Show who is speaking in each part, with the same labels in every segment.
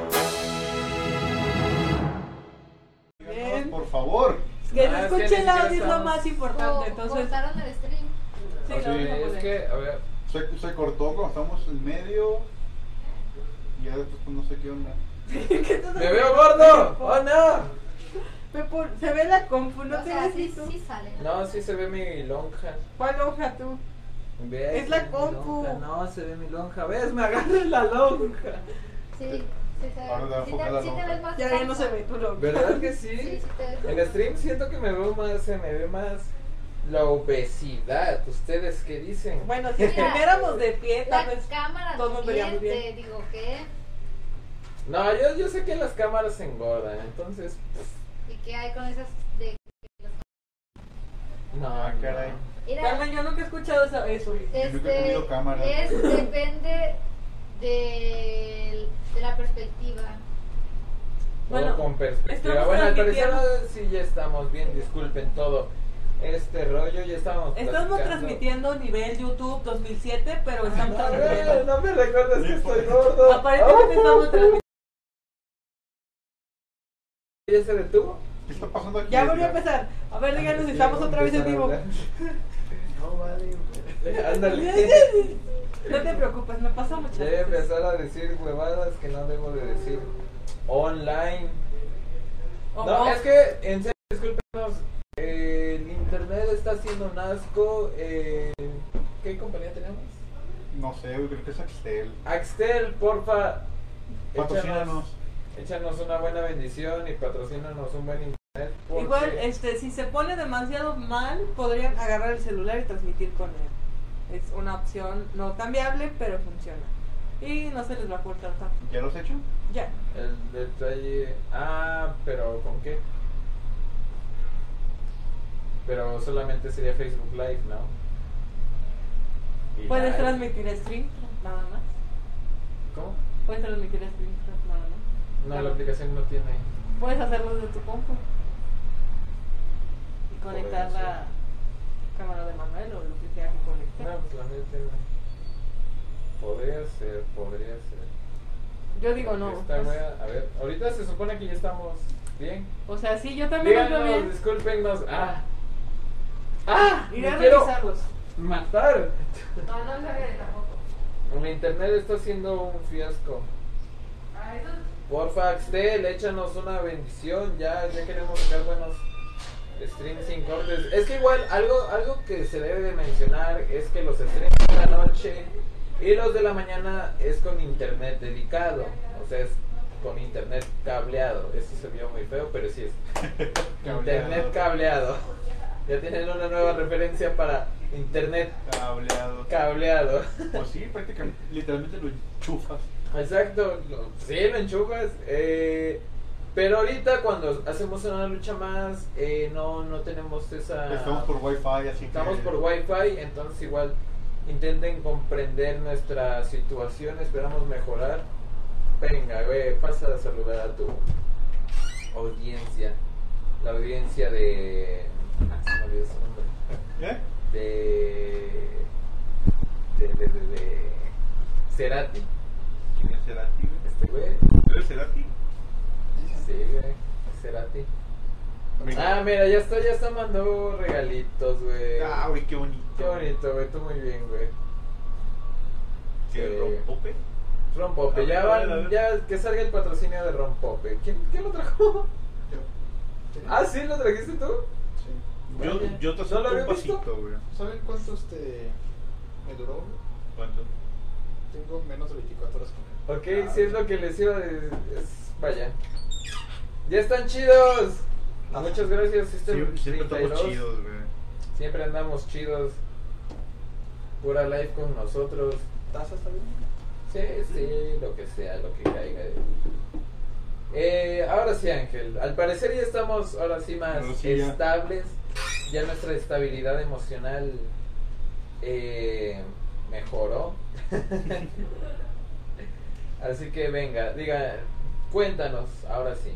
Speaker 1: el
Speaker 2: Ah,
Speaker 1: audio es lo más
Speaker 3: Oh,
Speaker 1: importante, entonces.
Speaker 3: cortaron el stream.
Speaker 1: Sí, pues.
Speaker 2: Así
Speaker 1: lo vamos a
Speaker 2: Ah, es
Speaker 1: poner.
Speaker 2: que, a ver,
Speaker 4: Se, se cortó cuando estamos en medio. Y ya después pues, no sé qué onda.
Speaker 1: ¿Qué estás
Speaker 2: ¡me
Speaker 1: haciendo?
Speaker 2: veo gordo! ¡Oh, no!
Speaker 1: Pepo, se ve la compu, no
Speaker 3: o
Speaker 1: te
Speaker 3: sea,
Speaker 1: ves ni
Speaker 3: sí,
Speaker 1: tú.
Speaker 3: sí sale.
Speaker 2: No, sí se ve mi lonja.
Speaker 1: ¿Cuál hoja tú?
Speaker 2: Ve,
Speaker 1: Es
Speaker 2: se
Speaker 1: la
Speaker 2: ve mi
Speaker 1: compu.
Speaker 2: lonja. No, se ve mi lonja. ¿Ves? Me agarra la lonja.
Speaker 3: Sí, sí se
Speaker 4: Ahora te
Speaker 3: ve. Sí
Speaker 4: enfoca
Speaker 3: te,
Speaker 4: la
Speaker 3: sí te
Speaker 4: lonja.
Speaker 3: ves más
Speaker 1: Ya, ya no se ve pues.
Speaker 3: falsa.
Speaker 1: tu loca.
Speaker 2: ¿Verdad que
Speaker 3: Sí,
Speaker 2: sí?
Speaker 3: sí te ves.
Speaker 2: En stream siento que me veo más, se me ve más la obesidad. ¿Ustedes qué dicen?
Speaker 1: Bueno, si
Speaker 3: Mira,
Speaker 1: estuviéramos de pie, tal
Speaker 3: La
Speaker 1: vez.
Speaker 3: cámara
Speaker 1: Todo
Speaker 3: no
Speaker 1: vería muy
Speaker 3: miente,
Speaker 1: bien.
Speaker 3: digo que.
Speaker 2: No, yo, yo sé que las cámaras engordan, entonces...
Speaker 3: ¿Y qué hay con esas de
Speaker 2: No,
Speaker 4: Ah, caray.
Speaker 2: no.
Speaker 1: Carmen, yo nunca he escuchado esa- eso.
Speaker 4: Yo nunca he
Speaker 3: Este,
Speaker 4: tenido cámara.
Speaker 3: es depende del- de la perspectiva.
Speaker 2: Bueno,
Speaker 1: Bueno,
Speaker 2: con perspectiva.
Speaker 1: estamos
Speaker 2: Bueno, al parecer
Speaker 1: transmitiendo.
Speaker 2: sí ya estamos bien, disculpen todo este rollo, ya estamos.
Speaker 1: Estamos
Speaker 2: platicando.
Speaker 1: transmitiendo nivel YouTube 2007, pero estamos
Speaker 2: Ah, No, no,
Speaker 1: transmitiendo.
Speaker 2: no me recuerdas que estoy gordo.
Speaker 1: Aparentemente
Speaker 2: Ah,
Speaker 1: estamos transmitiendo.
Speaker 2: ¿Ya se detuvo?
Speaker 4: ¿Qué está pasando aquí?
Speaker 1: Ya volvió a empezar. A
Speaker 2: Ah,
Speaker 1: ver, díganos si estamos otra vez en vivo.
Speaker 2: No vale.
Speaker 1: Ya,
Speaker 2: Ándale.
Speaker 1: ya, ya. No te preocupes, me pasa mucho.
Speaker 2: Debe empezar a decir huevadas que no debo de decir online.
Speaker 1: O-
Speaker 2: No,
Speaker 1: o-
Speaker 2: es que, en serio, discúlpenos, eh, el internet está haciendo un asco. eh, ¿Qué compañía tenemos?
Speaker 4: No sé, güey, creo que es Axtel.
Speaker 2: Axtel, porfa,
Speaker 4: Patrocínanos.
Speaker 2: échanos una buena bendición y patrocínanos un buen internet. porque-
Speaker 1: Igual, este, si se pone demasiado mal, podrían agarrar el celular y transmitir con él. Es una opción no cambiable, pero funciona. Y no se les va a cortar tanto.
Speaker 4: ¿Ya los he hecho?
Speaker 1: Ya.
Speaker 2: El detalle. Ah, pero ¿con qué? Pero solamente sería Facebook Live, ¿no? Y
Speaker 1: Puedes
Speaker 2: live.
Speaker 1: transmitir stream, nada más.
Speaker 2: ¿Cómo?
Speaker 1: Puedes transmitir stream, nada más.
Speaker 2: No, la aplicación no tiene.
Speaker 1: Puedes hacerlo desde tu compu. Y conectar
Speaker 2: Podría
Speaker 1: la cámara de Manuel o lo que sea que conecte.
Speaker 2: No, pues la neta no. Podría ser, podría ser.
Speaker 1: Yo digo no.
Speaker 2: Esta wea- a ver, ahorita se supone que ya estamos bien.
Speaker 1: O sea, sí, yo también lo veo
Speaker 2: Díganos,
Speaker 1: bien.
Speaker 2: discúlpenos. Ah. Ah,
Speaker 1: Iré
Speaker 2: me
Speaker 1: a
Speaker 2: quiero
Speaker 1: revisarlos.
Speaker 2: matar.
Speaker 1: No, no sabía tampoco.
Speaker 2: El internet está siendo un fiasco.
Speaker 1: Ah, eso
Speaker 2: Porfa, Axtel, échanos una bendición. Ya, ya queremos sacar buenos streams sin cortes. Es que igual, algo, algo que se debe de mencionar es que los streams de la noche y los de la mañana es con internet dedicado. O sea, es con internet cableado. Eso se vio muy feo, pero sí es. Internet cableado. Ya tienen una nueva referencia para internet
Speaker 4: Cableado.
Speaker 2: cableado.
Speaker 4: Pues sí, prácticamente, literalmente lo enchufas.
Speaker 2: Exacto, lo- sí, lo enchufas. eh, pero ahorita cuando hacemos una lucha más, eh, no, no tenemos esa...
Speaker 4: Estamos por eh, Wi-Fi, así
Speaker 2: Ah. Estamos
Speaker 4: que.
Speaker 2: por Wi-Fi, entonces igual intenten comprender nuestra situación, esperamos mejorar. Venga, ve, pasa a saludar a tu audiencia, la audiencia de... ah, se me olvidó su nombre.
Speaker 4: ¿Eh?
Speaker 2: De... De... de... de... de... Cerati.
Speaker 4: ¿Quién es Cerati? güey?
Speaker 2: Este güey.
Speaker 4: ¿Tú eres Cerati?
Speaker 2: Sí, güey. Cerati. Ah, mira, ya está, ya está mandando regalitos, güey.
Speaker 4: Ah, güey, qué bonito.
Speaker 2: Qué bonito, güey. Tú muy bien, güey.
Speaker 4: ¿Qué
Speaker 2: Sí.
Speaker 4: rompope? A
Speaker 2: Rompope,
Speaker 4: ver,
Speaker 2: ya
Speaker 4: a ver, Ah, a ver.
Speaker 2: van, ya que salga el patrocinio de Rompope. ¿Quién, quién lo trajo? Ah, sí, lo trajiste tú.
Speaker 4: Yo,
Speaker 2: Vaya.
Speaker 4: yo te
Speaker 2: ¿No lo
Speaker 4: acepto
Speaker 2: había
Speaker 4: un
Speaker 2: visto?
Speaker 4: pasito, güey.
Speaker 5: ¿Saben cuánto este me duró?
Speaker 4: ¿Cuánto?
Speaker 5: Tengo menos de 24 horas con él.
Speaker 2: Ok,
Speaker 4: Ah,
Speaker 2: si es lo que les iba a decir. Vaya. Ya están chidos.
Speaker 4: Ah.
Speaker 2: Muchas gracias, este System
Speaker 4: Siempre, siempre estamos
Speaker 2: 32.
Speaker 4: chidos, güey.
Speaker 2: Siempre andamos chidos. Pura live con nosotros.
Speaker 5: ¿Tazas también?
Speaker 2: Sí, sí, lo que sea, lo que caiga. Eh, ahora sí, Ángel. Al parecer ya estamos, ahora sí, más
Speaker 4: Ahora sí, ya.
Speaker 2: estables. Ya nuestra estabilidad emocional eh, mejoró. Así que venga, diga, cuéntanos, ahora sí.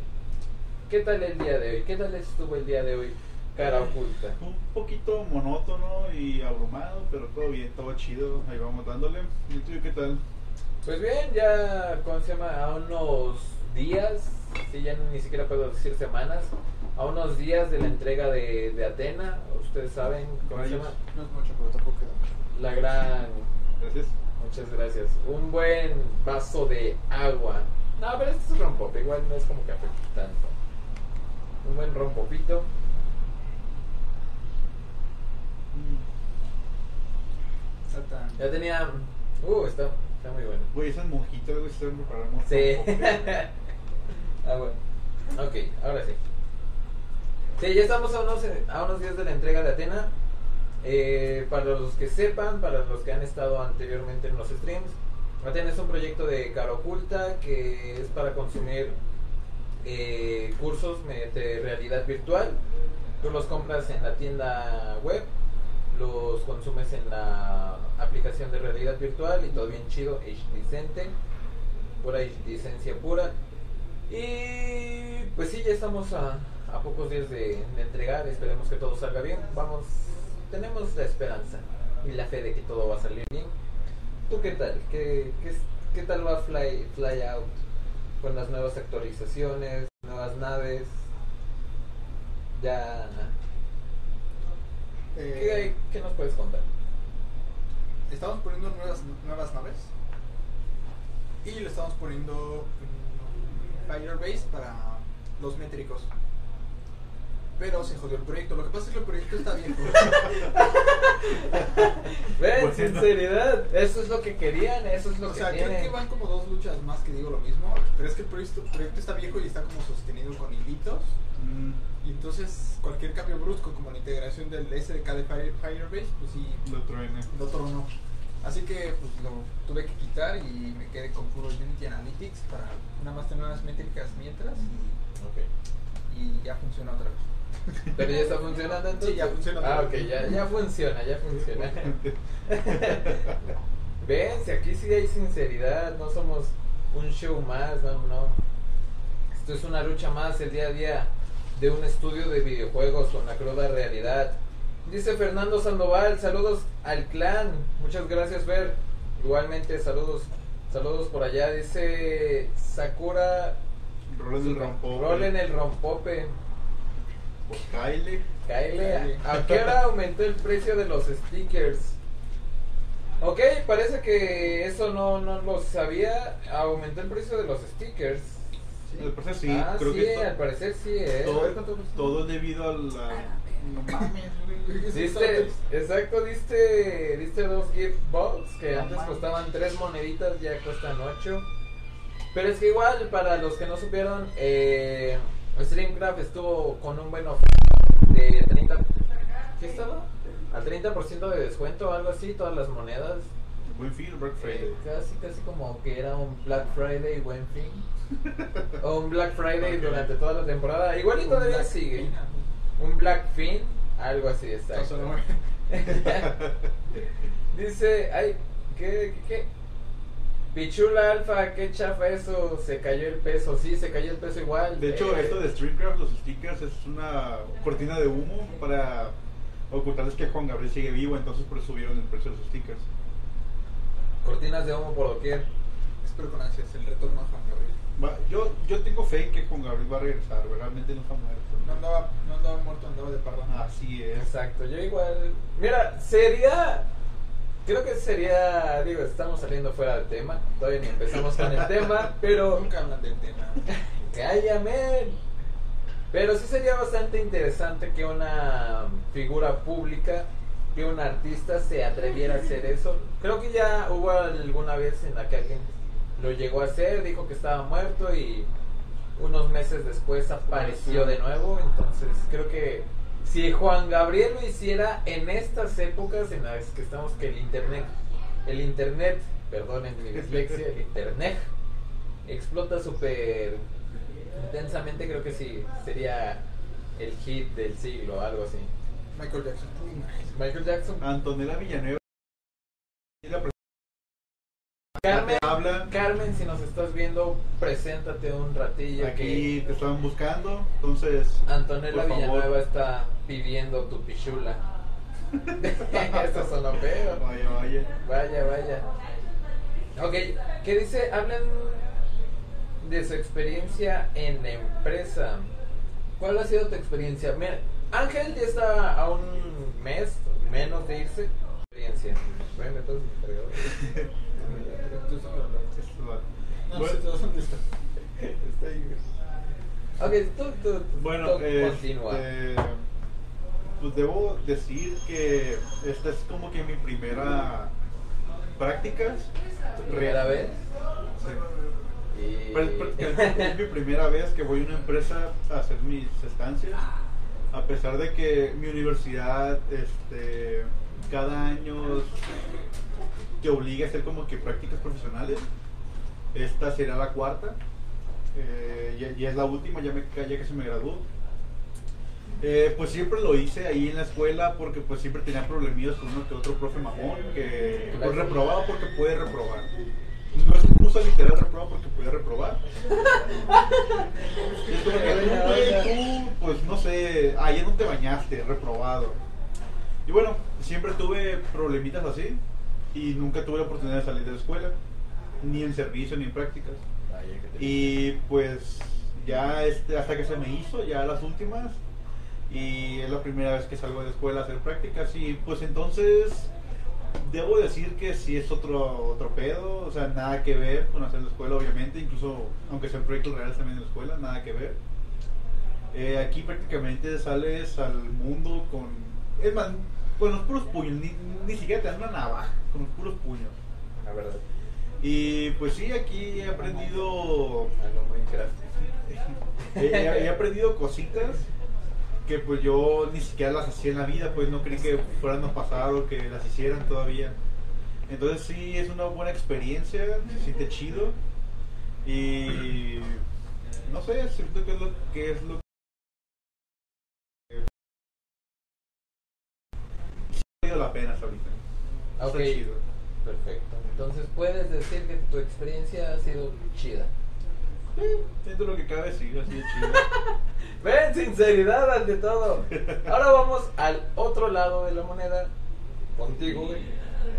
Speaker 2: ¿Qué tal el día de hoy? ¿Qué tal estuvo el día de hoy? Cara oculta.
Speaker 4: Un poquito monótono y abrumado, pero todo bien, todo chido. Ahí vamos dándole. ¿Y tú qué tal?
Speaker 2: Pues bien, ya, ¿cómo se llama? A unos días sí, ya ni siquiera puedo decir semanas, a unos días de la entrega de, de Atena, ustedes saben, ¿cómo se
Speaker 4: Rayos.
Speaker 2: llama?
Speaker 5: No es mucho, pero tampoco queda mucho.
Speaker 2: La gran,
Speaker 4: Gracias.
Speaker 2: muchas gracias, un buen vaso de agua. No, pero este es rompope, igual no es como que afecte tanto. Un buen rompopito.
Speaker 4: Mm.
Speaker 5: Está tan. eh,
Speaker 2: Ya tenía, uh, está, está muy bueno.
Speaker 4: Güey, esas monjitas, güey, se saben preparar monjas.
Speaker 2: Sí. ah, bueno. Ok, ahora sí. Sí, ya estamos a unos, a unos días de la entrega de Atena. Eh, para los que sepan, para los que han estado anteriormente en los streams, Atena es un proyecto de cara oculta que es para consumir eh, cursos mediante realidad virtual. Tú los compras en la tienda web, los consumes en la aplicación de realidad virtual y todo bien chido, decente pura y licencia pura. Y pues sí, ya estamos a, a pocos días de, de entregar, esperemos que todo salga bien. Vamos, tenemos la esperanza y la fe de que todo va a salir bien. ¿Tú qué tal? ¿Qué, qué, es- qué tal va Fly, Fly Out con las nuevas actualizaciones, nuevas naves? Ya... ¿Qué,
Speaker 5: Eh,
Speaker 2: qué nos puedes contar?
Speaker 5: estamos poniendo nuevas, nuevas naves. Y le estamos poniendo mm, Fighter Base para los métricos. Pero se jodió el proyecto. Lo que pasa es que el proyecto está viejo.
Speaker 2: ¿Ves?
Speaker 4: Bueno.
Speaker 2: Sinceridad, eso es lo que querían, eso es lo
Speaker 5: Pues o
Speaker 2: que
Speaker 5: sea, creo
Speaker 2: tienen.
Speaker 5: que van como dos luchas más que digo lo mismo. Pero es que el proyecto, proyecto está viejo y está como sostenido con hilitos.
Speaker 4: Mm,
Speaker 5: Y entonces cualquier cambio brusco, como la integración del SDK de Fire- Firebase, pues sí,
Speaker 4: lo truene.
Speaker 5: lo tronó. Así que pues lo tuve que quitar y me quedé con puro Unity Analytics para nada más tener unas métricas mientras y,
Speaker 2: Ok.
Speaker 5: y ya funciona otra vez.
Speaker 2: Pero ya está funcionando entonces.
Speaker 5: Sí, ya funciona
Speaker 2: Ah,
Speaker 5: todo.
Speaker 2: ok, ya, ya funciona, ya funciona. Ven, si aquí sí hay sinceridad, no somos un show más, no, no. Esto es una lucha más el día a día de un estudio de videojuegos con la cruda realidad. Dice Fernando Sandoval, saludos al clan. Muchas gracias, Fer. Igualmente, saludos. Saludos por allá, dice Sakura.
Speaker 4: Rolen el rampón.
Speaker 2: Rolen el rompope.
Speaker 4: Pues, cáele.
Speaker 2: Cáele,
Speaker 5: Cáele.
Speaker 2: ¿a qué hora aumentó el precio de los stickers? Ok, parece que eso no, no lo sabía. Aumentó el precio de los stickers.
Speaker 4: Al parecer sí,
Speaker 2: ah,
Speaker 4: creo
Speaker 2: sí,
Speaker 4: que
Speaker 2: al
Speaker 4: to-
Speaker 2: parecer sí, eh.
Speaker 4: todo, todo es debido a Ah, la... No mames, güey.
Speaker 2: Diste, exacto, diste, diste dos gift box que
Speaker 4: No
Speaker 2: antes
Speaker 4: manches.
Speaker 2: costaban tres moneditas, ya cuestan ocho. Pero es que igual, para los que no supieron, eh, Streamcraft estuvo con un buen oferta de 30... ¿Qué estaba? Al 30% de descuento o algo así, todas las monedas.
Speaker 4: Buen fin, Black Friday.
Speaker 2: Eh, casi, casi como que era un Black Friday buen fin. o un Black Friday
Speaker 4: Ok.
Speaker 2: durante toda la temporada. Igual y todavía sigue. Un Black Fin, algo así, está. Dice, ay, ¿qué, qué, qué? Pichula Alfa, qué chafa eso, se cayó el peso, sí, se cayó el peso igual.
Speaker 4: De hecho,
Speaker 2: Eh,
Speaker 4: esto de Streamcraft, los stickers, es una cortina de humo para ocultarles que Juan Gabriel sigue vivo, entonces por eso subieron el precio de sus stickers.
Speaker 2: Cortinas de humo por doquier.
Speaker 5: Espero con ansias el retorno a Juan Gabriel.
Speaker 4: Va- yo, yo tengo fe en que Juan Gabriel va a regresar, güey, realmente no está
Speaker 5: No
Speaker 4: muerto.
Speaker 5: andaba, no andaba muerto, andaba de parrón.
Speaker 2: Ah,
Speaker 4: Así es.
Speaker 2: Exacto, yo igual. Mira, sería. Creo que sería. Digo, estamos saliendo fuera del tema. Todavía ni empezamos con el tema, pero.
Speaker 5: Nunca hablan del tema.
Speaker 2: ¡Cállame! Pero sí sería bastante interesante que una figura pública, que un artista se atreviera a hacer eso. Creo que ya hubo alguna vez en la que alguien lo llegó a hacer, dijo que estaba muerto y unos meses después apareció de nuevo. Entonces creo que si Juan Gabriel lo hiciera en estas épocas en las que estamos que el internet, el internet, perdonen mi dislexia, el internet explota súper intensamente, creo que sí, sería el hit del siglo, algo así.
Speaker 5: Michael Jackson.
Speaker 2: Michael Jackson.
Speaker 4: Antonella Villanueva. y la
Speaker 2: Carmen,
Speaker 4: te habla.
Speaker 2: Carmen, si nos estás viendo, preséntate un ratillo
Speaker 4: Aquí te estaban buscando, entonces.
Speaker 2: que Antonella
Speaker 4: por favor.
Speaker 2: Villanueva está pidiendo tu pichula. Eso sonó feo.
Speaker 4: Vaya, vaya.
Speaker 2: Vaya, vaya. Ok, ¿qué dice? Hablen de su experiencia en la empresa. ¿Cuál ha sido tu experiencia? Mira, Ángel ya está a un mes menos de irse. Experiencia. Bueno, entonces me encargaba.
Speaker 5: No,
Speaker 4: Bueno.
Speaker 5: sé dónde está. Está ahí, güey.
Speaker 2: Ok, tú, tú, tú,
Speaker 4: Bueno,
Speaker 2: tú
Speaker 4: eh,
Speaker 2: continúa.
Speaker 4: este, pues debo decir que esta es como que mi primera práctica.
Speaker 2: ¿Tu primera
Speaker 4: real.
Speaker 2: vez?
Speaker 4: Sí.
Speaker 2: Y...
Speaker 4: Pues, prácticamente es mi primera vez que voy a una empresa a hacer mis estancias. A pesar de que mi universidad, este, cada año te obliga a hacer como que prácticas profesionales. Esta será la cuarta. Eh, ya, ya es la última, ya, me, ca- ya casi me graduó. Eh, pues siempre lo hice ahí en la escuela porque pues siempre tenía problemillas con uno que otro profe mamón que pues, reprobaba porque puede reprobar. Pues No es un uso literal reprobado porque puede reprobar. Y es como que, "No, güey, tú, pues no sé, ayer no te bañaste, reprobado. Y bueno, siempre tuve problemitas así y nunca tuve la oportunidad de salir de la escuela, ni en servicio ni en prácticas.
Speaker 2: Vaya, que te-
Speaker 4: Y pues ya este, hasta que se me hizo, ya las últimas. Y es la primera vez que salgo de la escuela a hacer prácticas. Y pues entonces debo decir que sí es otro, otro pedo. O sea, nada que ver con hacer la escuela, obviamente. Incluso aunque sean proyectos reales también en la escuela, nada que ver. Eh, aquí prácticamente sales al mundo con... Es más, con los puros puños. Ni, ni siquiera te dan una navaja. Con los puros puños.
Speaker 2: La verdad,
Speaker 4: Y pues sí, aquí he aprendido
Speaker 2: algo muy crafty.
Speaker 4: he, he- he aprendido cositas que pues yo ni siquiera las hacía en la vida, pues no creí que fueran a pasar o que las hicieran todavía. Entonces sí, es una buena experiencia, se siente chido y no sé, siento que es lo que es lo que Sí ha valido la pena hasta ahorita. Está
Speaker 2: Ok.
Speaker 4: chido.
Speaker 2: Perfecto. Entonces puedes decir que tu experiencia ha sido chida.
Speaker 4: Siento lo que cabe, sí, así de chido.
Speaker 2: Ven, sinceridad ante todo. Ahora vamos al otro lado de la moneda. Contigo, güey.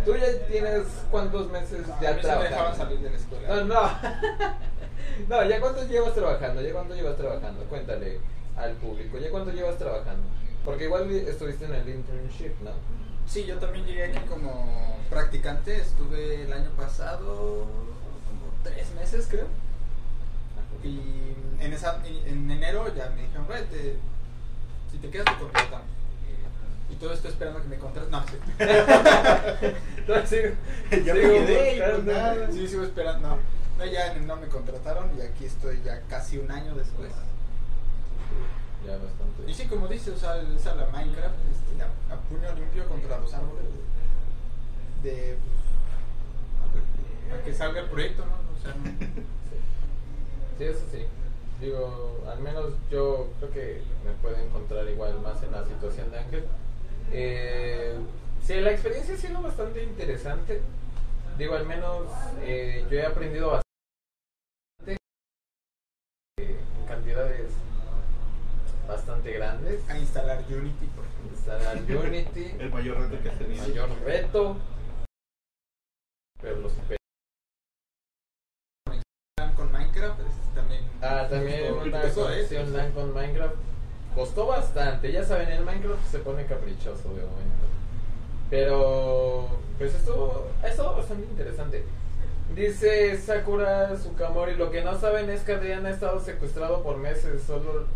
Speaker 2: Tú ya tienes cuántos meses
Speaker 5: A
Speaker 2: ya
Speaker 5: mí se me dejaban
Speaker 2: trabajando.
Speaker 5: salir de la escuela.
Speaker 2: No, no. No, ¿ya cuánto llevas trabajando? ¿Ya cuánto llevas trabajando? Cuéntale al público. ¿Ya cuánto llevas trabajando? Porque igual estuviste en el internship, ¿no?
Speaker 5: Sí, yo también llegué aquí como practicante. Estuve el año pasado como tres meses, creo. Y en, esa, en- en enero ya me dijeron, güey, te- si te quedas te contratamos. Y todo estoy esperando que me contraten. No, sí.
Speaker 2: Entonces, sigo-
Speaker 4: Ya me
Speaker 2: sigo
Speaker 4: quedé,
Speaker 2: buscando.
Speaker 4: pues, nada.
Speaker 5: sí, sigo esperando. No, no, ya no me contrataron y aquí estoy ya casi un año después.
Speaker 2: Ya bastante.
Speaker 5: Y sí, como dice, o sea, es a la Minecraft, este, la- a puño limpio contra los árboles. De. de, pues, a que salga el proyecto, ¿no? O sea, no-
Speaker 2: Sí, eso sí. Digo, al menos yo creo que me puedo encontrar igual más en la situación de Ángel. Eh, sí, la experiencia ha sido bastante interesante. Digo, al menos eh, yo he aprendido bastante eh, en cantidades bastante grandes.
Speaker 5: a instalar Unity, por ejemplo.
Speaker 2: Está la Unity,
Speaker 4: El mayor reto que has
Speaker 2: el
Speaker 4: tenido.
Speaker 2: mayor reto. Pero los pe-
Speaker 5: con Minecraft, es también.
Speaker 2: Ah, también
Speaker 5: Empezó,
Speaker 2: una
Speaker 5: empezó, ¿eh?
Speaker 2: conexión LAN con Minecraft. Costó bastante, ya saben, el Minecraft se pone caprichoso de momento. Pero, pues estuvo, ha estado bastante interesante. Dice Sakura Tsukamori, lo que no saben es que Adrián ha estado secuestrado por meses, solo,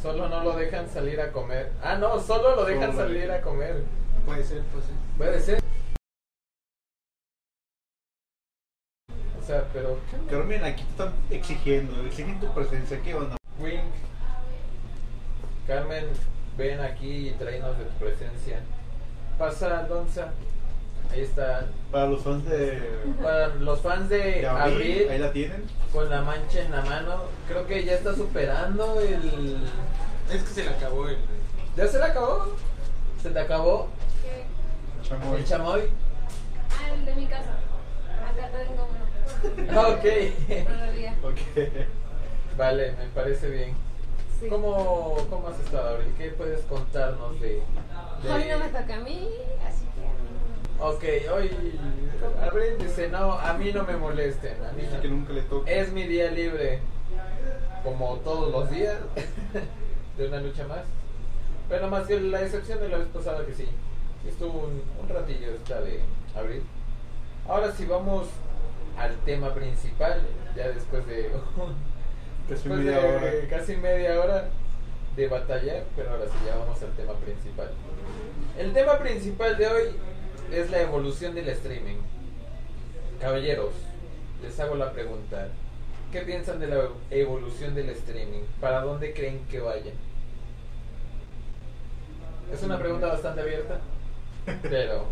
Speaker 2: solo no lo dejan salir a comer. Ah, no, solo lo dejan
Speaker 4: Solo.
Speaker 2: salir a comer.
Speaker 5: Puede ser, pues sí.
Speaker 2: Puede ser. O sea, pero...
Speaker 4: Carmen, aquí te están exigiendo, exigen tu presencia, ¿qué onda?
Speaker 2: Wink. Carmen, ven aquí y tráenos de tu presencia. Pasa, Alonso. Ahí está.
Speaker 4: Para los fans de,
Speaker 2: Para los fans de
Speaker 4: de abril, ahí
Speaker 2: Abril,
Speaker 4: la tienen.
Speaker 2: con la mancha en la mano, creo que ya está superando el...
Speaker 5: Es que se le acabó el.
Speaker 2: ¿Ya se le acabó? ¿Se te acabó
Speaker 6: ¿Qué?
Speaker 4: Chamoy.
Speaker 2: el chamoy?
Speaker 6: Ah, el de mi casa. Acá tengo uno.
Speaker 2: Ok.
Speaker 6: Todavía.
Speaker 4: Ok.
Speaker 2: Vale, me parece bien.
Speaker 6: Sí.
Speaker 2: ¿Cómo, ¿Cómo has estado, Abril? ¿Qué puedes contarnos de...? de-
Speaker 6: Hoy no me toca a mí, así que mm. a mí no
Speaker 2: Ok, hoy Abril dice, no, a mí no me molesten, a mí
Speaker 4: Dice
Speaker 2: no".
Speaker 4: que nunca le toca.
Speaker 2: Es mi día libre, como todos los días, de una lucha más. Pero más que la excepción de la vez pasada que sí, sí estuvo un, un ratillo esta de Abril. Ahora sí vamos al tema principal, ya después de,
Speaker 4: Casi
Speaker 2: después
Speaker 4: media
Speaker 2: Pues de
Speaker 4: hora.
Speaker 2: casi media hora de batallar, pero ahora sí ya vamos al tema principal. El tema principal de hoy es la evolución del streaming. Caballeros, les hago la pregunta. ¿Qué piensan de la evolución del streaming? ¿Para dónde creen que vaya? Es una pregunta bastante abierta, pero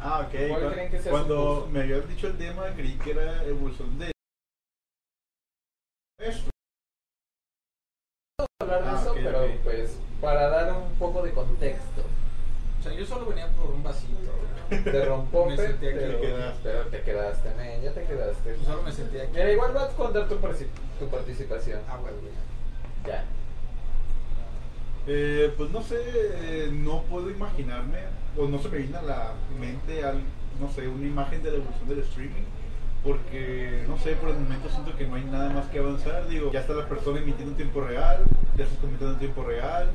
Speaker 4: Ah, ok.
Speaker 2: ¿Cuál
Speaker 4: Cu-
Speaker 2: creen que sea su
Speaker 4: Cuando
Speaker 2: curso?
Speaker 4: me habías dicho el tema, creí que era evolución de. Esto.
Speaker 2: hablar de
Speaker 4: Ah,
Speaker 2: eso,
Speaker 4: ok,
Speaker 2: pero
Speaker 4: ok.
Speaker 2: pues para dar un poco de contexto.
Speaker 5: O sea, yo solo venía por un vasito.
Speaker 2: Te rompó,
Speaker 5: Me
Speaker 2: pero,
Speaker 5: sentí aquí,
Speaker 4: quedaste.
Speaker 2: pero te quedaste, men, ya te quedaste.
Speaker 5: Yo solo me senté aquí.
Speaker 2: Mira, igual vas a contar tu, parci- tu participación.
Speaker 5: Ah, güey, güey.
Speaker 2: Ya.
Speaker 4: Eh, pues no sé, eh, no puedo imaginarme, o no se me viene a la mente, al, no sé, una imagen de la evolución del streaming, porque no sé, por el momento siento que no hay nada más que avanzar. Digo, ya está la persona emitiendo en tiempo real, ya estás comentando en tiempo real,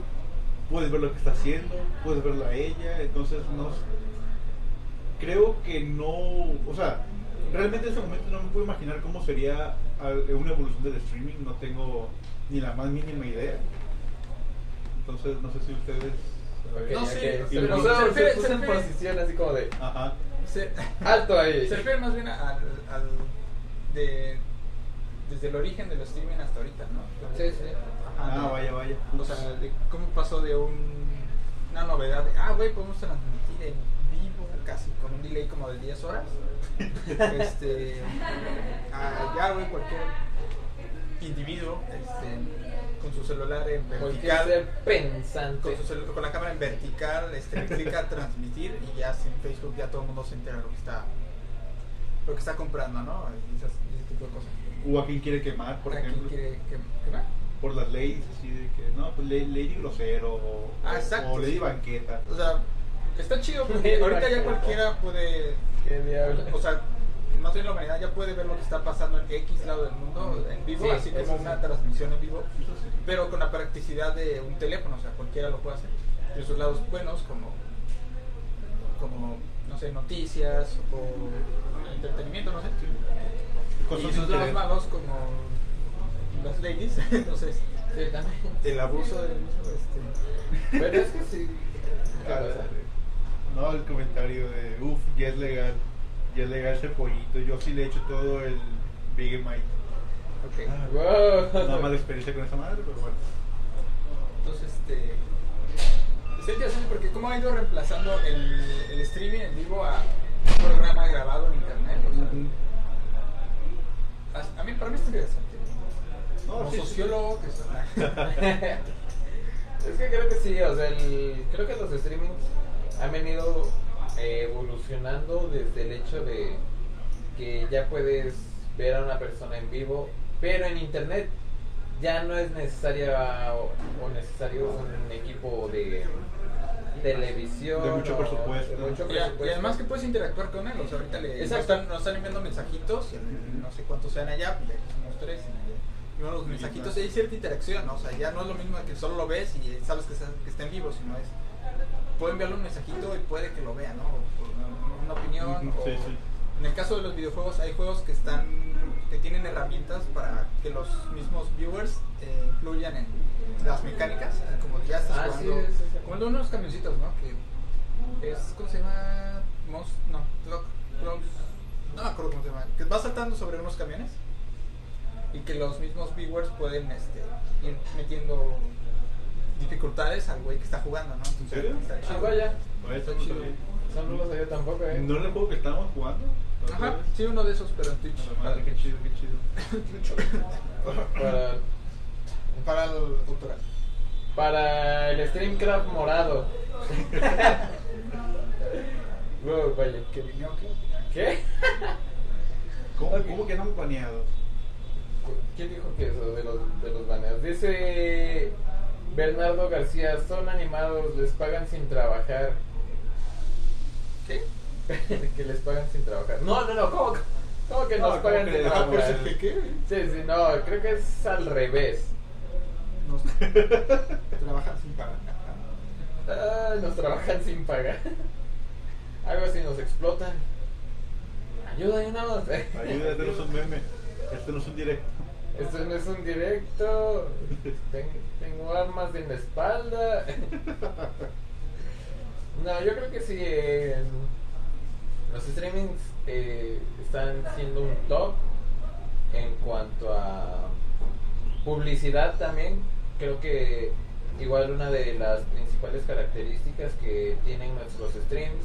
Speaker 4: puedes ver lo que está haciendo, puedes verla a ella, entonces no sé. Creo que no, o sea, realmente en este momento no me puedo imaginar cómo sería al- eh, una evolución del streaming, no tengo ni la más mínima idea. Entonces, no sé si ustedes.
Speaker 2: Ok,
Speaker 5: No,
Speaker 2: ok.
Speaker 5: sí,
Speaker 2: Se
Speaker 4: pero
Speaker 2: puso-
Speaker 5: se
Speaker 2: se
Speaker 5: refiere-
Speaker 2: puso
Speaker 5: se
Speaker 2: en
Speaker 5: refiere-
Speaker 2: posición así como de
Speaker 4: Ajá.
Speaker 5: Se,
Speaker 2: alto ahí.
Speaker 5: se refiere más bien al, al de, desde el origen del streaming hasta ahorita, ¿no?
Speaker 2: Sí, sí.
Speaker 5: Ajá,
Speaker 4: Ah,
Speaker 5: de-
Speaker 4: vaya, vaya.
Speaker 5: O sea, de cómo pasó de un, una novedad de, ah, güey, podemos transmitir en vivo casi con un delay como de 10 horas. este, a ya, güey, cualquier individuo este, con su celular en
Speaker 2: Cualquier ser
Speaker 5: vertical. Con,
Speaker 2: pensante.
Speaker 5: su celu- con la cámara en vertical, este, le clica transmitir y ya en Facebook ya todo el mundo se entera lo que está lo que está comprando, ¿no? Y esas- ese tipo de cosas.
Speaker 4: O a quien quiere quemar, por
Speaker 5: ¿A quién
Speaker 4: ejemplo.
Speaker 5: quiere que- que va?
Speaker 4: Por las leyes, así de que, no, pues le- Lady Grosero o,
Speaker 5: Ah, exacto,
Speaker 4: o Lady
Speaker 5: sí.
Speaker 4: Banqueta.
Speaker 5: O sea, está chido porque ahorita ya cualquiera puede.
Speaker 2: ¿Qué diablo?
Speaker 5: O sea, no tiene la humanidad, ya puede ver lo que está pasando en X lado del mundo en vivo,
Speaker 2: Sí,
Speaker 5: así
Speaker 2: eso
Speaker 5: como
Speaker 2: sí.
Speaker 5: una transmisión en vivo,
Speaker 4: Eso sí.
Speaker 5: pero con la practicidad de un teléfono, o sea, cualquiera lo puede hacer. Tiene sus lados buenos como, como no sé, noticias o entretenimiento, no sé.
Speaker 4: Cosas
Speaker 5: y sus lados
Speaker 4: interesantes.
Speaker 5: malos como las ladies, entonces
Speaker 2: Sí, también.
Speaker 5: el abuso del mismo. Este,
Speaker 2: Pero es que sí.
Speaker 4: Ah, No, el comentario de, uff, ya es legal. Ya es legal ese pollito. Yo sí le echo todo el Big Mike.
Speaker 5: okay.
Speaker 2: Wow.
Speaker 4: Nada mala experiencia con esa madre, pero bueno.
Speaker 5: Entonces, este. Está interesante porque, ¿cómo ha ido reemplazando el, el streaming en vivo a un programa grabado en internet? O sea, a- a, mí, para mí está interesante.
Speaker 4: No,
Speaker 5: Como
Speaker 4: sí, sí.
Speaker 5: sociólogo, que soy-
Speaker 2: es que creo que sí, o sea, el- creo que los streamings han venido eh, evolucionando desde el hecho de que ya puedes ver a una persona en vivo, pero en internet ya no es necesaria o, o necesario un equipo de televisión
Speaker 4: De mucho
Speaker 2: o-
Speaker 4: presupuesto.
Speaker 2: de mucho
Speaker 5: Y, a- y
Speaker 2: presupuesto.
Speaker 5: además que puedes interactuar con él. O sea, ahorita le
Speaker 2: Exacto.
Speaker 5: están- nos están enviando mensajitos, el- no sé cuántos sean allá, pues, ya somos tres. Y uno de los mensajitos, hay cierta interacción, ¿no? o sea, ya no es lo mismo que solo lo ves y sabes que está, que está en vivo, sino es. Puede enviarle un mensajito y puede que lo vea, ¿no? O- o una opinión.
Speaker 4: Ujú,
Speaker 5: o,
Speaker 4: sí, sí.
Speaker 5: En el caso de los videojuegos, hay juegos que están que tienen herramientas para que los mismos viewers eh, incluyan en las mecánicas, como ya estás
Speaker 2: Ah, sí,
Speaker 5: jugando,
Speaker 2: sí, sí.
Speaker 5: como el de unos camioncitos, ¿no? Que es, ¿cómo se llama? Mos, no, Clock, Clocks- no me acuerdo cómo se llama, que va saltando sobre unos camiones y que los mismos viewers pueden este, ir metiendo dificultades al güey que está jugando, ¿no?
Speaker 4: ¿En
Speaker 5: Entonces,
Speaker 4: serio?
Speaker 5: está chido.
Speaker 2: Ah, vaya.
Speaker 4: Oye, está
Speaker 5: Está chido.
Speaker 4: bien.
Speaker 2: Eso no lo sabía tampoco, eh.
Speaker 4: ¿No era el juego que estábamos jugando?
Speaker 5: Ajá, sí, uno de esos, pero en Twitch.
Speaker 4: A la madre, qué chido, qué chido.
Speaker 2: Para-
Speaker 5: Para el doctorado.
Speaker 2: Para el Streamcraft morado. Wow, vaya, ¿qué?
Speaker 5: ¿Que vino qué?
Speaker 2: ¿Qué?
Speaker 4: ¿Cómo,
Speaker 2: Ok.
Speaker 4: cómo que estamos planeados?
Speaker 2: ¿Quién dijo que eso de los, de los baneos? Dice Bernardo García, son animados, les pagan sin trabajar.
Speaker 5: ¿Qué?
Speaker 2: que les pagan sin trabajar. No, no, no, ¿cómo, cómo que
Speaker 4: No,
Speaker 2: nos
Speaker 4: ¿cómo
Speaker 2: pagan
Speaker 4: que
Speaker 2: sin
Speaker 4: les
Speaker 5: Ah,
Speaker 4: pagan?
Speaker 5: por
Speaker 2: trabajar?
Speaker 5: eso que qué.
Speaker 2: Sí, sí, no, creo que es al revés.
Speaker 5: No sé. Trabajan sin pagar.
Speaker 2: Ah, nos trabajan sin pagar. Algo así nos explotan. Ayuda, ayúdanos.
Speaker 4: Ayuda, este no es un meme. Este no es un directo.
Speaker 2: Esto no es un directo. Ten- tengo armas en la espalda. No, yo creo que sí. eh, los streamings eh, están siendo un top en cuanto a publicidad también. Creo que igual una de las principales características que tienen nuestros streams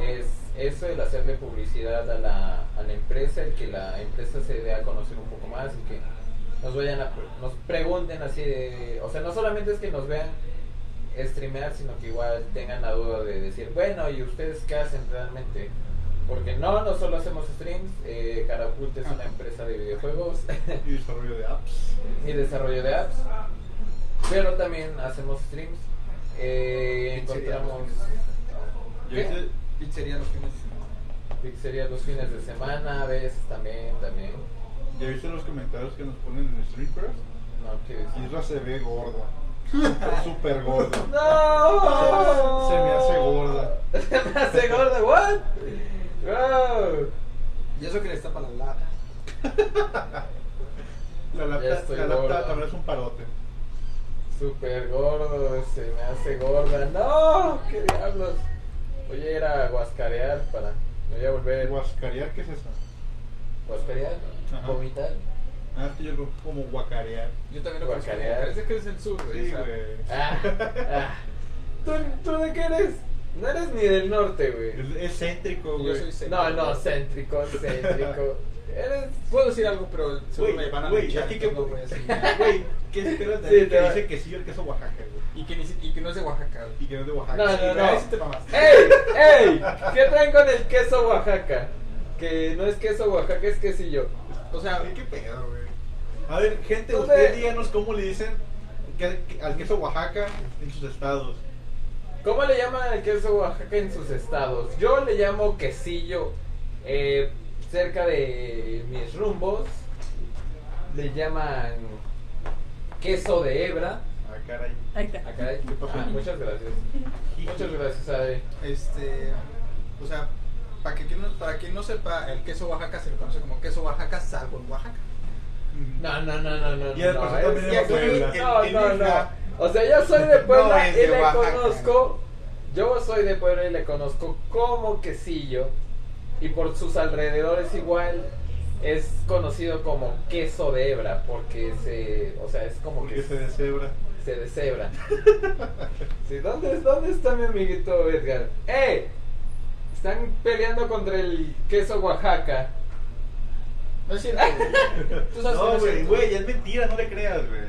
Speaker 2: es eso, el hacerle publicidad a la, a la empresa, el que la empresa se dé a conocer un poco más y que nos vayan a, pre- nos pregunten así de, o sea, no solamente es que nos vean streamear, sino que igual tengan la duda de decir, bueno, ¿y ustedes qué hacen realmente? Porque no, no solo hacemos streams, eh, Carapult es una empresa de videojuegos
Speaker 4: Y desarrollo de apps.
Speaker 2: y desarrollo de apps, pero también hacemos streams, eh,
Speaker 5: Pizzería
Speaker 2: encontramos
Speaker 4: Yo
Speaker 2: ¿Qué?
Speaker 4: hice-
Speaker 5: Pizzería los fines de semana.
Speaker 2: pizzería los fines de semana, a veces también, también,
Speaker 4: Ya viste los comentarios que nos ponen en Streamcraft.
Speaker 2: no, ¿qué decir?
Speaker 4: Isra se ve gorda. Súper gorda.
Speaker 2: No.
Speaker 4: Se me hace gorda.
Speaker 2: Se me hace gorda. What? Wow.
Speaker 5: Y eso que le está para la lata.
Speaker 4: La
Speaker 2: Ya
Speaker 4: laptop,
Speaker 2: estoy
Speaker 4: la laptop
Speaker 2: gorda.
Speaker 4: también es un parote.
Speaker 2: Super gordo. Se me hace gorda. No. ¿Qué diablos? Voy a ir a guascarear para. Me voy a volver.
Speaker 4: Eh, Guascarear, ¿qué es eso?
Speaker 2: Guascarear.
Speaker 4: Ajá.
Speaker 2: Vomitar.
Speaker 4: Ah, es que yo creo que como guacarear.
Speaker 5: Yo también lo conozco.
Speaker 2: Guacarear.
Speaker 5: Parece que eres del sur, güey.
Speaker 4: Sí,
Speaker 5: o sea,
Speaker 4: güey.
Speaker 2: Ah, ah. ¿Tú, ¿Tú de qué eres? No eres ni del norte, güey.
Speaker 4: Es es céntrico,
Speaker 5: Yo
Speaker 4: güey.
Speaker 5: soy céntrico.
Speaker 2: No, no, céntrico, céntrico. Eres.
Speaker 5: Puedo decir algo, pero seguro me van a
Speaker 4: güey,
Speaker 5: linchar,
Speaker 4: así que-
Speaker 5: entonces no voy a decir nada.
Speaker 4: Güey, ¿qué esperas de
Speaker 2: Sí,
Speaker 4: alguien
Speaker 2: te
Speaker 4: que
Speaker 2: va-
Speaker 4: dice que sí el queso Oaxaca, güey?
Speaker 5: Y que, ni si- y que no es de Oaxaca. güey.
Speaker 4: Y que no es de Oaxaca.
Speaker 2: No, no, no.
Speaker 5: Ahí sí te mamaste.
Speaker 2: ¡Ey! ¡Ey! ¿Qué traen con el queso Oaxaca? Que no es queso Oaxaca, es quesillo.
Speaker 5: O sea,
Speaker 4: Ay, qué pedo, güey. A ver, gente,
Speaker 2: ¿Dónde-
Speaker 4: ustedes díganos cómo le dicen que- que- al queso Oaxaca en sus estados.
Speaker 2: ¿Cómo le llaman al queso Oaxaca en sus estados? Yo le llamo quesillo eh, cerca de mis rumbos. Le llaman queso de hebra.
Speaker 4: Ah, caray.
Speaker 1: Ahí está.
Speaker 2: Ah, caray.
Speaker 4: ¿Qué pasó?
Speaker 2: Ah, muchas gracias. Muchas gracias, Adri.
Speaker 5: este. O sea, para, que, quien no- para quien no sepa, el queso Oaxaca se le conoce como queso Oaxaca, salvo en Oaxaca.
Speaker 2: No, no, no, no, no.
Speaker 4: Y el
Speaker 2: no,
Speaker 4: pastor
Speaker 2: es-
Speaker 4: también
Speaker 5: es de Puebla.
Speaker 2: No,
Speaker 5: El- el
Speaker 2: no, no.
Speaker 5: Isla.
Speaker 2: O sea, yo soy de Puebla
Speaker 5: No es
Speaker 2: y
Speaker 5: de
Speaker 2: le
Speaker 5: Oaxaca.
Speaker 2: conozco. Yo soy de Puebla y le conozco como quesillo. Y por sus alrededores igual es conocido como queso de hebra. Porque se. O sea, es como
Speaker 4: Porque
Speaker 2: que
Speaker 4: se deshebra.
Speaker 2: se deshebra. Sí, ¿dónde, ¿Dónde está mi amiguito Edgar? ¡Eh! Están peleando contra el queso Oaxaca.
Speaker 5: No es cierto. güey. Tú sabes que
Speaker 4: No,
Speaker 5: es
Speaker 4: güey,
Speaker 5: cierto.
Speaker 4: güey, ya es mentira, no le creas, güey.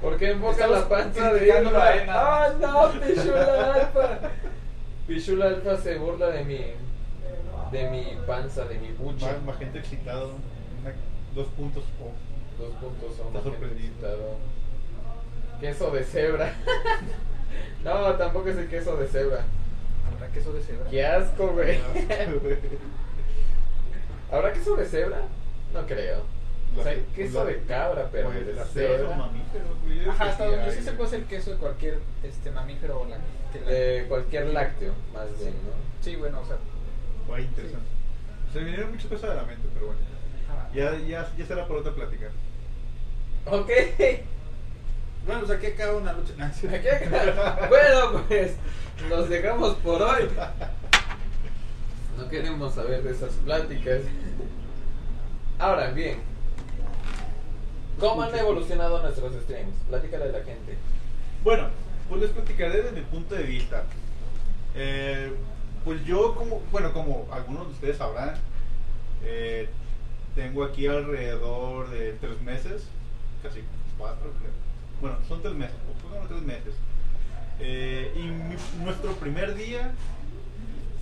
Speaker 2: ¿Por qué enfoca
Speaker 5: Estamos
Speaker 2: la panza de
Speaker 5: criticando la
Speaker 2: Irma?
Speaker 5: arena.
Speaker 2: ¡Ah, no! Pichula Alfa. Pichula Alfa se burla de mi. de mi panza, de mi bucha.
Speaker 4: Más, más gente excitada. una- Dos puntos. oh.
Speaker 2: Dos puntos son
Speaker 4: Está
Speaker 2: más
Speaker 4: sorprendido.
Speaker 2: necesitado. Queso de cebra. no, tampoco es el queso de cebra.
Speaker 5: ¿Habrá queso de cebra?
Speaker 2: ¡Qué asco, güey!
Speaker 4: La-
Speaker 2: ¿Habrá queso de cebra? No creo. O sea, queso
Speaker 4: la-
Speaker 2: de cabra, pero
Speaker 4: Pues,
Speaker 2: de
Speaker 4: las cebras son
Speaker 2: cebra.
Speaker 4: mamíferos, güey.
Speaker 5: Ajá, hasta donde yo
Speaker 4: Sí,
Speaker 5: sé se puede hacer queso de cualquier este, mamífero o la. que la-
Speaker 2: De cualquier lácteo, más bien, ¿no?
Speaker 5: Sí, bueno, o sea.
Speaker 4: Güey, interesante. Se me vinieron muchas cosas a la mente, pero bueno.
Speaker 5: ah.
Speaker 4: Ya, ya, ya será por otra plática.
Speaker 2: Ok.
Speaker 5: Bueno, pues aquí acaba una lucha. Nah, sí.
Speaker 2: Aquí acá- bueno, pues nos dejamos por hoy. No queremos saber de esas pláticas. Ahora bien, ¿cómo han evolucionado nuestros streams? Platícale a la gente.
Speaker 4: Bueno, pues les platicaré desde mi punto de vista. Eh, pues yo, como, bueno, como algunos de ustedes sabrán, eh, tengo aquí alrededor de tres meses, casi cuatro, creo. Bueno, son tres meses, o fueron tres meses. Eh, y mi- nuestro primer día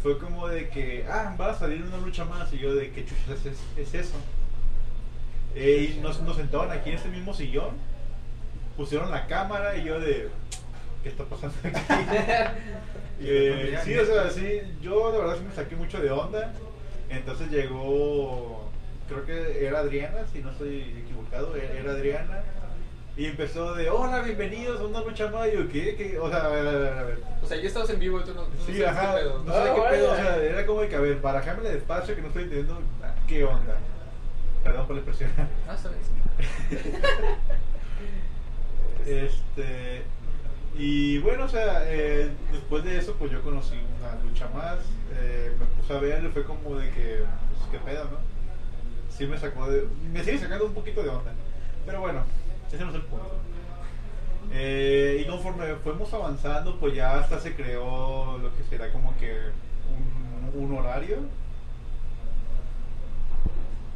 Speaker 4: fue como de que, ah, va a salir una lucha más. Y yo, de qué chuchas es, es eso. Eh, y nos, nos sentaron aquí en este mismo sillón, pusieron la cámara y yo, de ¿qué está pasando aquí? Eh, sí, o sea, sí, yo de verdad sí me saqué mucho de onda. Entonces llegó, creo que era Adriana, si no estoy equivocado, e- era Adriana. Y empezó de, hola, bienvenidos a una lucha más. Y yo, ¿qué? ¿Qué? O sea, a ver, a ver, a ver.
Speaker 5: O sea, ya estamos en vivo, tú no, tú no
Speaker 4: Sí,
Speaker 5: sabes
Speaker 4: ajá,
Speaker 5: qué pedo.
Speaker 4: no sé
Speaker 2: Ah,
Speaker 4: qué pedo, o
Speaker 2: órale.
Speaker 4: sea, era como de que, a ver, barajámele despacio que no estoy entendiendo ah, qué onda. Perdón por la expresión.
Speaker 5: Ah, sabes.
Speaker 4: Este. Y bueno, o sea, eh, después de eso, pues yo conocí una lucha más. eh, me puse a ver y fue como de que, pues, qué pedo, ¿no? Sí me sacó de. Me sigue sacando un poquito de onda. Pero bueno, ese no es el punto. Eh, y conforme fuimos avanzando, pues ya hasta se creó lo que será como que un, un horario.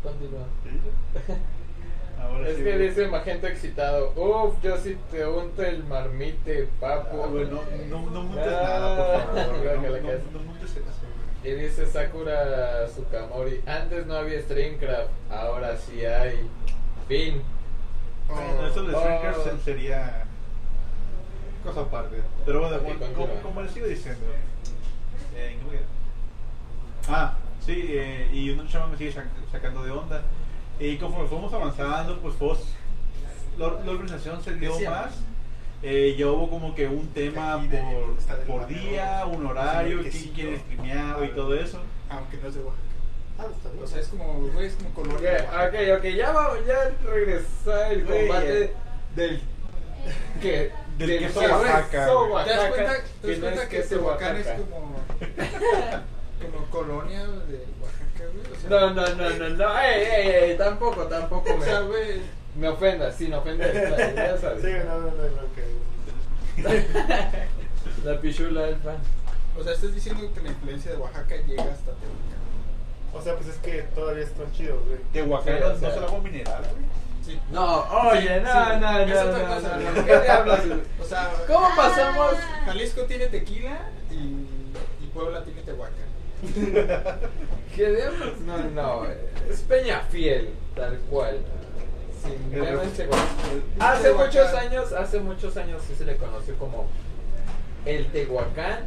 Speaker 2: Continúa.
Speaker 4: ¿sí? Ahora
Speaker 2: Es
Speaker 4: sí,
Speaker 2: que
Speaker 4: güey.
Speaker 2: dice Magento excitado. Uf, yo sí te unto el marmite, papo.
Speaker 4: Ah, güey, no, no, no montes nada, por favor. güey,
Speaker 2: Ah,
Speaker 4: No,
Speaker 2: que la
Speaker 4: no,
Speaker 2: que es.
Speaker 4: no montes eso, güey.
Speaker 2: Y dice Sakura Sukamori. Antes no había Streamcraft, ahora sí hay. Fin.
Speaker 4: Bueno, eso de
Speaker 2: Oh.
Speaker 4: Shrinkers sería cosa aparte. Pero bueno,
Speaker 2: Ok,
Speaker 4: como-
Speaker 2: continúa.
Speaker 4: como, como les iba diciendo. Eh, ¿en qué voy a- Ah, sí, eh, y un chama me sigue sac- sacando de onda. Y conforme fuimos avanzando, pues fos- la, la organización se dio
Speaker 5: Decíamos.
Speaker 4: más. Eh, ya hubo como que un tema
Speaker 5: Aquí de- está
Speaker 4: por,
Speaker 5: del
Speaker 4: por
Speaker 5: Mateo,
Speaker 4: día, un
Speaker 5: diciendo
Speaker 4: horario,
Speaker 5: que
Speaker 4: quién
Speaker 5: sí,
Speaker 4: quiere
Speaker 5: ¿no?
Speaker 4: streamear y todo eso.
Speaker 5: Aunque no es de Oaxaca.
Speaker 7: Ah, está bien.
Speaker 5: O sea, es como, güey, es como color.
Speaker 2: Ok,
Speaker 5: de Oaxaca.
Speaker 2: ok, ok, ya vamos, ya regresa el
Speaker 4: Güey,
Speaker 2: combate
Speaker 4: eh.
Speaker 2: del que
Speaker 4: Del queso
Speaker 2: queso
Speaker 4: Oaxaca, güey.
Speaker 5: ¿Te das cuenta,
Speaker 2: Oaxaca,
Speaker 5: te das
Speaker 2: no es
Speaker 5: cuenta que
Speaker 2: queso
Speaker 5: Tehuacán es
Speaker 2: Oaxaca.
Speaker 5: como, como colonia de Oaxaca, güey? O sea,
Speaker 2: No, no, no, no, no, ey, ey, ey, tampoco, tampoco
Speaker 5: O sea,
Speaker 2: me,
Speaker 5: güey,
Speaker 2: me ofendas, sin ofender, claro, ya sabes.
Speaker 7: Sí, no, no, no, no, que-
Speaker 2: La pichula del fan.
Speaker 5: o sea, estás diciendo que la influencia de Oaxaca llega hasta Tehuacán.
Speaker 7: O sea, pues es que todavía están chidos, güey.
Speaker 4: Tehuacán
Speaker 2: Sí,
Speaker 4: no
Speaker 2: o sea.
Speaker 4: es el agua mineral, güey.
Speaker 5: Sí.
Speaker 2: No, oye, no, no,
Speaker 5: Sí,
Speaker 2: no,
Speaker 5: es
Speaker 2: no,
Speaker 5: otra
Speaker 2: no,
Speaker 5: cosa,
Speaker 2: no,
Speaker 5: güey.
Speaker 2: ¿qué te hablas?
Speaker 5: O sea,
Speaker 2: ¿Cómo pasamos?
Speaker 5: Jalisco tiene tequila y, y Puebla tiene Tehuacán.
Speaker 2: ¿Qué diablos? No, no, eh, es Peña Fiel, tal cual. Sin miedo en seco- Hace
Speaker 5: Tehuacán.
Speaker 2: muchos años, hace muchos años sí se le conoció como el Tehuacán.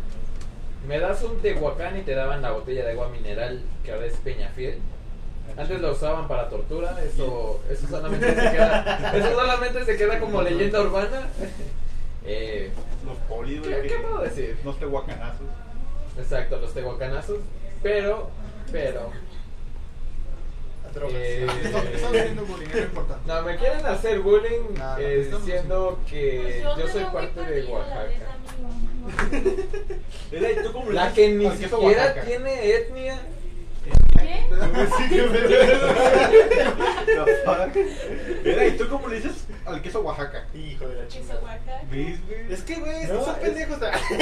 Speaker 2: Me das un Tehuacán y te daban la botella de agua mineral que ahora es Peña Fiel. Antes la usaban para tortura, eso, eso solamente se queda, eso solamente se queda como leyenda urbana. Eh,
Speaker 4: Los polis, güey.
Speaker 2: ¿Qué- qué puedo decir?
Speaker 4: Los tehuacanazos.
Speaker 2: exacto, los tehuacanazos, pero, pero,
Speaker 7: A drogas.
Speaker 2: Eh,
Speaker 5: Estamos estamos haciendo bullying, no importa.
Speaker 2: No, me quieren hacer bullying
Speaker 5: No, no,
Speaker 2: eh,
Speaker 5: estamos-
Speaker 2: diciendo que
Speaker 6: Pues
Speaker 2: yo
Speaker 6: te
Speaker 2: soy
Speaker 6: veo muy
Speaker 2: parte de
Speaker 6: perdido, la
Speaker 2: Oaxaca.
Speaker 6: neta, amigo.
Speaker 4: Era, ¿y tú cómo le
Speaker 2: La
Speaker 4: dices
Speaker 2: que ni
Speaker 4: al queso
Speaker 2: siquiera
Speaker 4: Oaxaca?
Speaker 2: tiene etnia.
Speaker 6: ¿Qué?
Speaker 4: Sí, qué pedo. La fuck. Era, ¿y tú cómo le dices al queso Oaxaca?
Speaker 7: Hijo de la
Speaker 6: Queso
Speaker 7: chingada.
Speaker 6: Oaxaca.
Speaker 4: ¿Ves, güey?
Speaker 7: Es que, güey,
Speaker 4: No,
Speaker 7: estos son
Speaker 4: es-
Speaker 7: pendejos.
Speaker 4: Sí.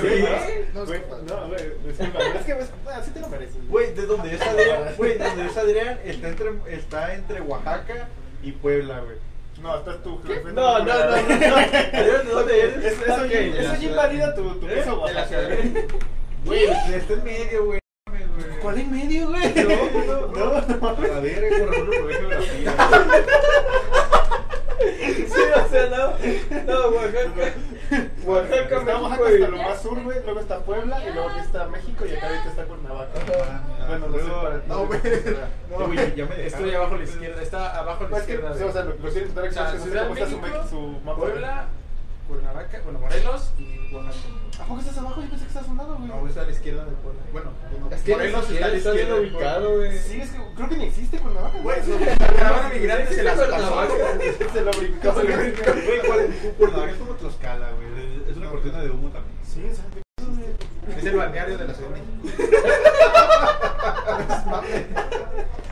Speaker 7: Güey,
Speaker 5: No,
Speaker 7: güey,
Speaker 5: disculpa.
Speaker 7: No, güey, disculpa. Es que, pues, así te lo mereces.
Speaker 4: Güey, de donde es Adrián, güey, de donde es Adrián, está entre, está entre Oaxaca y Puebla, güey.
Speaker 7: No, estás tú. jefe,
Speaker 2: No, no, no, no. no. ¿De dónde eres?
Speaker 7: Es- Eso
Speaker 2: Ok.
Speaker 7: ya- eso ya invalida tu tu
Speaker 4: ¿Eh?
Speaker 7: queso,
Speaker 5: la
Speaker 7: Oaxaca.
Speaker 5: ciudad.
Speaker 7: güey.
Speaker 4: Güey, está en medio, güey.
Speaker 7: ¿Cuál en medio, güey?
Speaker 4: No, no,
Speaker 7: No, no.
Speaker 4: A ver, eh, por ejemplo, por geografía.
Speaker 2: Sí, o sea, no. No, Oaxaca. Oaxaca,
Speaker 7: Está
Speaker 2: México
Speaker 7: Oaxaca hasta lo
Speaker 2: y-
Speaker 7: más sur, güey. Luego está Puebla y luego aquí está México y acá ahorita está Cuernavaca. Bueno, no sé para ti. Pues
Speaker 5: No, güey.
Speaker 4: No, güey, ya me dejaron.
Speaker 5: Estoy abajo a la izquierda, está abajo a la
Speaker 7: No, es que,
Speaker 5: izquierda.
Speaker 7: o
Speaker 5: de-
Speaker 7: sea, lo, lo siento,
Speaker 5: O sea,
Speaker 7: no sé
Speaker 5: Ciudad
Speaker 7: cómo está su,
Speaker 5: México,
Speaker 7: me- su mapa.
Speaker 5: Puebla, Cuernavaca, bueno, Morelos y Oaxaca.
Speaker 7: ¿A poco estás abajo? Yo pensé que estás sonado, güey.
Speaker 5: No, está a la izquierda de Puebla. Bueno, no.
Speaker 2: Es que ni siquiera está bien
Speaker 5: de Puebla.
Speaker 2: ubicado, güey.
Speaker 7: Pues Sí, es que creo que ni existe Cuernavaca.
Speaker 5: Güey,
Speaker 7: güey.
Speaker 5: la caravana migrante se las
Speaker 2: Cuernavaca.
Speaker 5: pasó.
Speaker 7: se lo brincó. se lo brincó.
Speaker 4: Güey, ¿cuál? Cuernavaca es como Tlaxcala, güey. Es una cortina de humo también.
Speaker 7: Sí, o sea,
Speaker 5: Es el balneario de la Ciudad de México.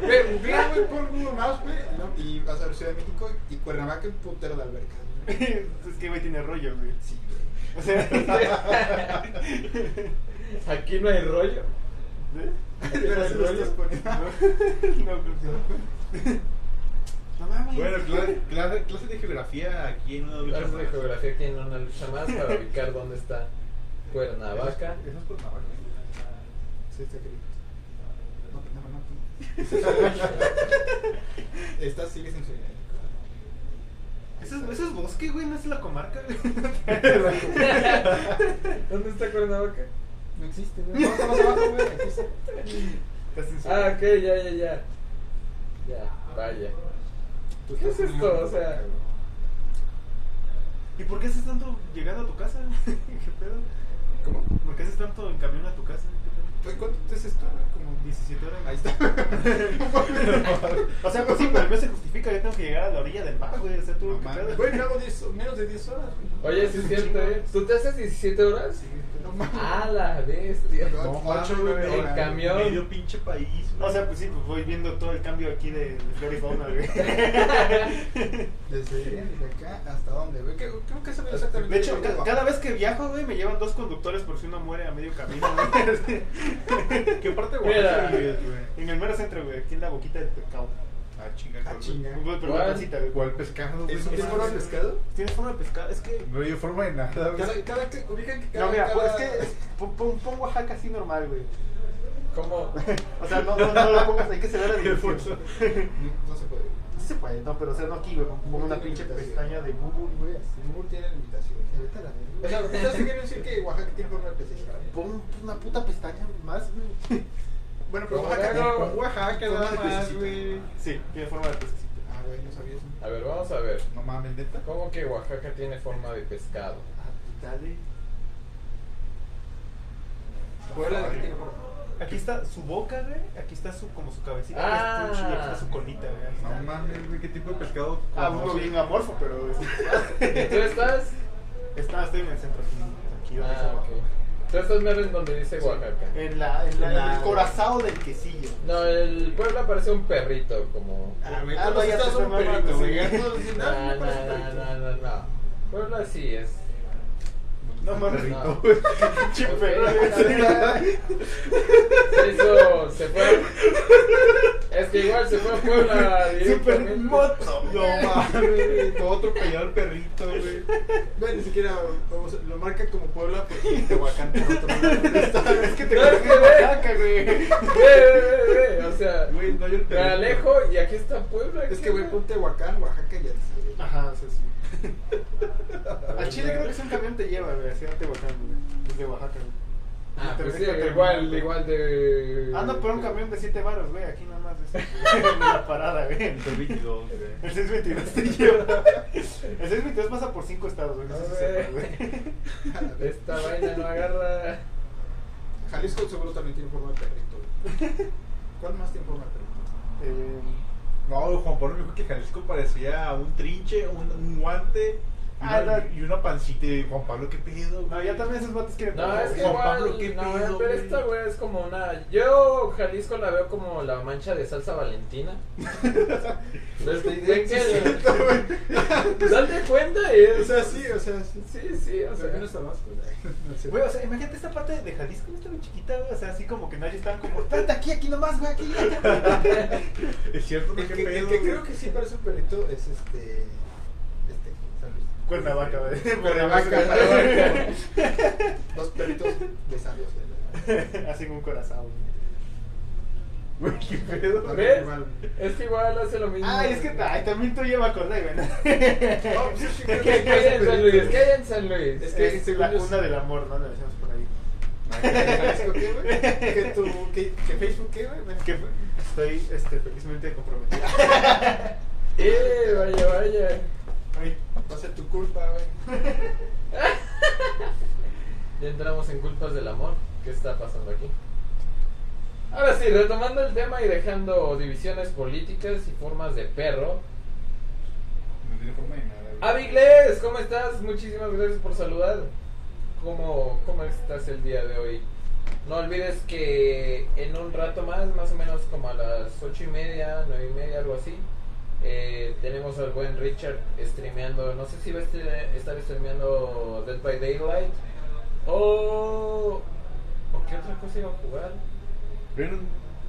Speaker 5: Ve, ve, güey, por Google Maps, güey, ¿no? y vas a la Ciudad de México y Cuernavaca, un putero de alberca.
Speaker 7: es que, güey, tiene rollo, güey.
Speaker 5: Sí,
Speaker 7: O sea,
Speaker 2: Aquí no hay rollo.
Speaker 7: ¿Eh?
Speaker 5: Pero si lo estás poniendo.
Speaker 7: No, creo que no. No mames.
Speaker 4: Bueno, cla- clase, clase de geografía aquí en una lucha
Speaker 2: Clases de
Speaker 4: más.
Speaker 2: geografía aquí en una lucha más para ubicar dónde está Cuernavaca.
Speaker 4: Eso es Cuernavaca.
Speaker 5: Sí, está querido. No, no, ¿eh? no, no. Esta sigue sin su
Speaker 7: Ese es, ese es bosque, güey, no es la comarca, güey.
Speaker 2: ¿Dónde está Cuernavaca?
Speaker 5: No existe, ¿no? No, está más abajo, güey. Existe.
Speaker 7: Estás en su-
Speaker 2: Ah, ok, ya, ya, ya. Ya, vaya.
Speaker 5: Tú
Speaker 2: ¿Qué es
Speaker 5: estás
Speaker 2: esto?
Speaker 5: muy-
Speaker 2: O sea,
Speaker 7: ¿Y por qué haces tanto llegando a tu casa? ¿Qué pedo?
Speaker 5: ¿Cómo?
Speaker 7: ¿Por qué haces tanto en camión a tu casa? ¿Qué
Speaker 5: ¿Tú Pues, ¿Cuánto es esto? güey? Como
Speaker 7: pedo? 17 horas.
Speaker 5: Ahí está.
Speaker 7: o sea, pues sí, pero no se justifica. Yo tengo que llegar a la orilla del mar, güey. O sea, tú,
Speaker 4: No
Speaker 7: ¿qué
Speaker 4: mames.
Speaker 7: pedo?
Speaker 5: Güey, no hago 10 menos de 10 horas. güey.
Speaker 2: oye, sí es cierto, ¿eh? ¿Tú te haces 17 horas?
Speaker 5: No mames.
Speaker 2: A la bestia.
Speaker 5: No, ocho, nueve
Speaker 4: güey,
Speaker 2: horas. En camión.
Speaker 4: Medio pinche país. güey.
Speaker 7: O sea, pues sí, pues voy viendo todo el cambio aquí de, de flora y fauna, güey.
Speaker 5: Desde, desde acá hasta dónde, güey. Creo, creo que sabía exactamente.
Speaker 7: De hecho,
Speaker 5: dónde
Speaker 7: ca-
Speaker 5: va.
Speaker 7: cada vez que viajo, güey, me llevan dos conductores por si uno muere a medio camino, güey. que parte de
Speaker 2: Mira.
Speaker 7: Oaxaca, güey. En el mero centro, güey, aquí en la boquita del pescado.
Speaker 4: Ah, chinga.
Speaker 5: Ah, chinga.
Speaker 7: Güey, pero
Speaker 2: ¿Cuál?
Speaker 7: la pancita, güey.
Speaker 4: ¿Cuál pescado? güey?
Speaker 5: ¿Es
Speaker 4: No
Speaker 5: un
Speaker 4: mames.
Speaker 5: forma de pescado?
Speaker 7: Tiene forma de pescado, es que...
Speaker 4: No hay forma de nada, güey.
Speaker 5: Cada, cada que ubican que cada.
Speaker 7: No, mira, pues,
Speaker 5: cada-
Speaker 7: es que es- pon, pon- pon Oaxaca así normal, güey.
Speaker 2: ¿Cómo?
Speaker 7: O sea, no, no, no lo pongas, hay que se vea la dimensión.
Speaker 4: foto.
Speaker 7: sí
Speaker 5: No, no se puede.
Speaker 7: se puede, no, pero o sea, no aquí, güey. Pon una pinche pestaña de Google, güey, así.
Speaker 5: Google tiene limitaciones. Ahorita la O sea, ¿ustedes quieren decir que Oaxaca tiene forma de pescado?
Speaker 7: Pon una puta pestaña más, güey.
Speaker 5: Bueno, pero
Speaker 2: Como
Speaker 5: Oaxaca.
Speaker 2: verga,
Speaker 5: Oaxaca,
Speaker 4: nada
Speaker 5: nada
Speaker 4: más,
Speaker 5: más, güey.
Speaker 7: Sí, tiene forma de pescado.
Speaker 5: Ah, güey, no sabía eso.
Speaker 2: A ver, vamos a ver.
Speaker 4: No mames, neta.
Speaker 2: ¿Cómo que Oaxaca tiene forma de pescado?
Speaker 7: Ah, dale.
Speaker 5: Puebla de que tiene forma.
Speaker 7: Aquí está su boca, güey. Aquí está su, como su cabecita.
Speaker 2: Ah.
Speaker 7: güey, su- y aquí está su colita, güey. Ahí
Speaker 4: No
Speaker 7: está.
Speaker 4: mames, güey, qué tipo de pescado.
Speaker 7: Ah,
Speaker 4: conoces?
Speaker 7: uno bien amorfo, pero. es-
Speaker 2: ¿Y tú estás?
Speaker 7: está, estoy en el centro. Aquí, aquí donde
Speaker 2: Ah,
Speaker 7: se va.
Speaker 2: ok. ¿Tú estás mero en donde dice Oaxaca?
Speaker 7: En la, en la,
Speaker 4: En la-
Speaker 7: el corazao del quesillo.
Speaker 2: No, el Puebla parece un perrito, como...
Speaker 5: Ah, güey,
Speaker 7: Ah,
Speaker 5: todos
Speaker 7: no, ya
Speaker 5: estos
Speaker 7: se
Speaker 5: son
Speaker 7: fue mal,
Speaker 5: perritos,
Speaker 7: güey.
Speaker 5: güey. Ya todos dicen,
Speaker 2: No,
Speaker 5: "Ah,
Speaker 2: no,
Speaker 5: me parece un
Speaker 2: no, no,
Speaker 5: perrito".
Speaker 2: no, no. Puebla sí es.
Speaker 7: No mames.
Speaker 2: No.
Speaker 7: Pinche
Speaker 2: Ok.
Speaker 7: perro, güey.
Speaker 2: Se hizo... se fue... Es que igual se fue a Puebla
Speaker 7: Super
Speaker 2: directamente.
Speaker 7: moto.
Speaker 4: No mames, güey, todo atropellado al perrito, güey.
Speaker 5: Güey, ni siquiera o sea, lo marca como Puebla porque Tehuacán por otro
Speaker 7: No, es que te
Speaker 2: No,
Speaker 7: no,
Speaker 2: es que, güey.
Speaker 7: caca, güey.
Speaker 2: Ve, ve, ve, ve, eh, O sea,
Speaker 4: Güey, no hay el
Speaker 2: me
Speaker 4: perrito.
Speaker 2: alejo y aquí está Puebla.
Speaker 5: Es
Speaker 2: ¿qué
Speaker 5: que, güey,
Speaker 2: onda?
Speaker 5: pon Tehuacán, Oaxaca y así.
Speaker 7: Ajá, o sea, sí. Al Chile creo que si un camión te lleva, güey, hacia Tehuacán, güey. Desde Oaxaca, güey.
Speaker 2: Ah,
Speaker 7: Te
Speaker 2: pues sí,
Speaker 7: deja terminar.
Speaker 2: igual, igual de...
Speaker 7: Ah, no, pero un camión de 7 baros, güey, aquí nada más es en la parada, güey.
Speaker 4: El 22, güey.
Speaker 7: El 622 te lleva. El 622 pasa por 5 estados, güey. No sé si
Speaker 2: A
Speaker 7: sepas,
Speaker 2: ver.
Speaker 7: güey.
Speaker 2: Esta vaina no agarra...
Speaker 5: Jalisco seguro también tiene forma de perrito. güey. ¿Cuál más tiene forma de perrito?
Speaker 7: Eh,
Speaker 4: No, Juan Pablo me dijo que Jalisco parecía un trinche, un, un guante y una,
Speaker 7: Ah, la-
Speaker 4: y una pancita. Y Juan Pablo, ¿qué pedo? güey?
Speaker 7: No, ya también esos vatos quieren.
Speaker 2: No, es que
Speaker 4: Juan
Speaker 2: igual,
Speaker 4: Pablo, ¿qué
Speaker 2: no,
Speaker 4: pedo,
Speaker 2: pero
Speaker 4: güey?
Speaker 2: esta güey es como una... Yo Jalisco la veo como la mancha de salsa valentina. Desde idea Date cuenta y es...
Speaker 5: O sea, sí, o sea, sí.
Speaker 2: Sí, sí, o sea...
Speaker 5: Pero no está más, güey. No sé.
Speaker 7: Güey, o sea, imagínate esta parte de Jalisco, güey, está muy chiquita, güey. O sea, así como que nadie estaban como, espérate aquí, aquí nomás, güey, aquí.
Speaker 4: Es cierto, ¿no?
Speaker 5: El
Speaker 4: ¿Qué
Speaker 5: que,
Speaker 4: pedo?
Speaker 5: el que creo
Speaker 4: güey?
Speaker 5: que sí parece un perrito es este. Este, San Luis.
Speaker 7: Cuernavaca, güey.
Speaker 5: Cuernavaca. Dos perritos de San Luis. güey.
Speaker 7: Hacen un corazón, güey.
Speaker 4: Güey, ¿qué pedo?
Speaker 2: ¿Ves?
Speaker 5: Igual.
Speaker 2: Es que igual hace lo mismo.
Speaker 7: Ay, es que ay, también tú ya me acordé, güey.
Speaker 5: No, pues es que creo
Speaker 2: ¿Qué hay en San Luis? ¿Qué
Speaker 5: que-
Speaker 2: hay en San Luis?
Speaker 5: Es que-
Speaker 7: Es la cuna del amor, ¿no? Le decíamos por ahí.
Speaker 5: ¿Jalisco qué, güey? ¿Que tu- que- que Facebook qué, güey? Bueno,
Speaker 7: Que estoy este, felizmente comprometido.
Speaker 2: Eh, vaya, vaya.
Speaker 7: Ay,
Speaker 5: Va a ser tu culpa, güey.
Speaker 2: Ya entramos en culpas del amor. ¿Qué está pasando aquí? Ahora sí, retomando el tema y dejando divisiones políticas y formas de perro.
Speaker 4: No tiene forma de nada. güey.
Speaker 2: Aviglés, ¿cómo estás? Muchísimas gracias por saludar. ¿Cómo, ¿Cómo estás el día de hoy? No olvides que en un rato más, más o menos como a las ocho y media, nueve y media, algo así, eh, tenemos al buen Richard streameando, no sé si va a estre- estar streameando Dead by Daylight o... ¿o Oh, qué otra cosa iba a jugar?
Speaker 4: Pero no-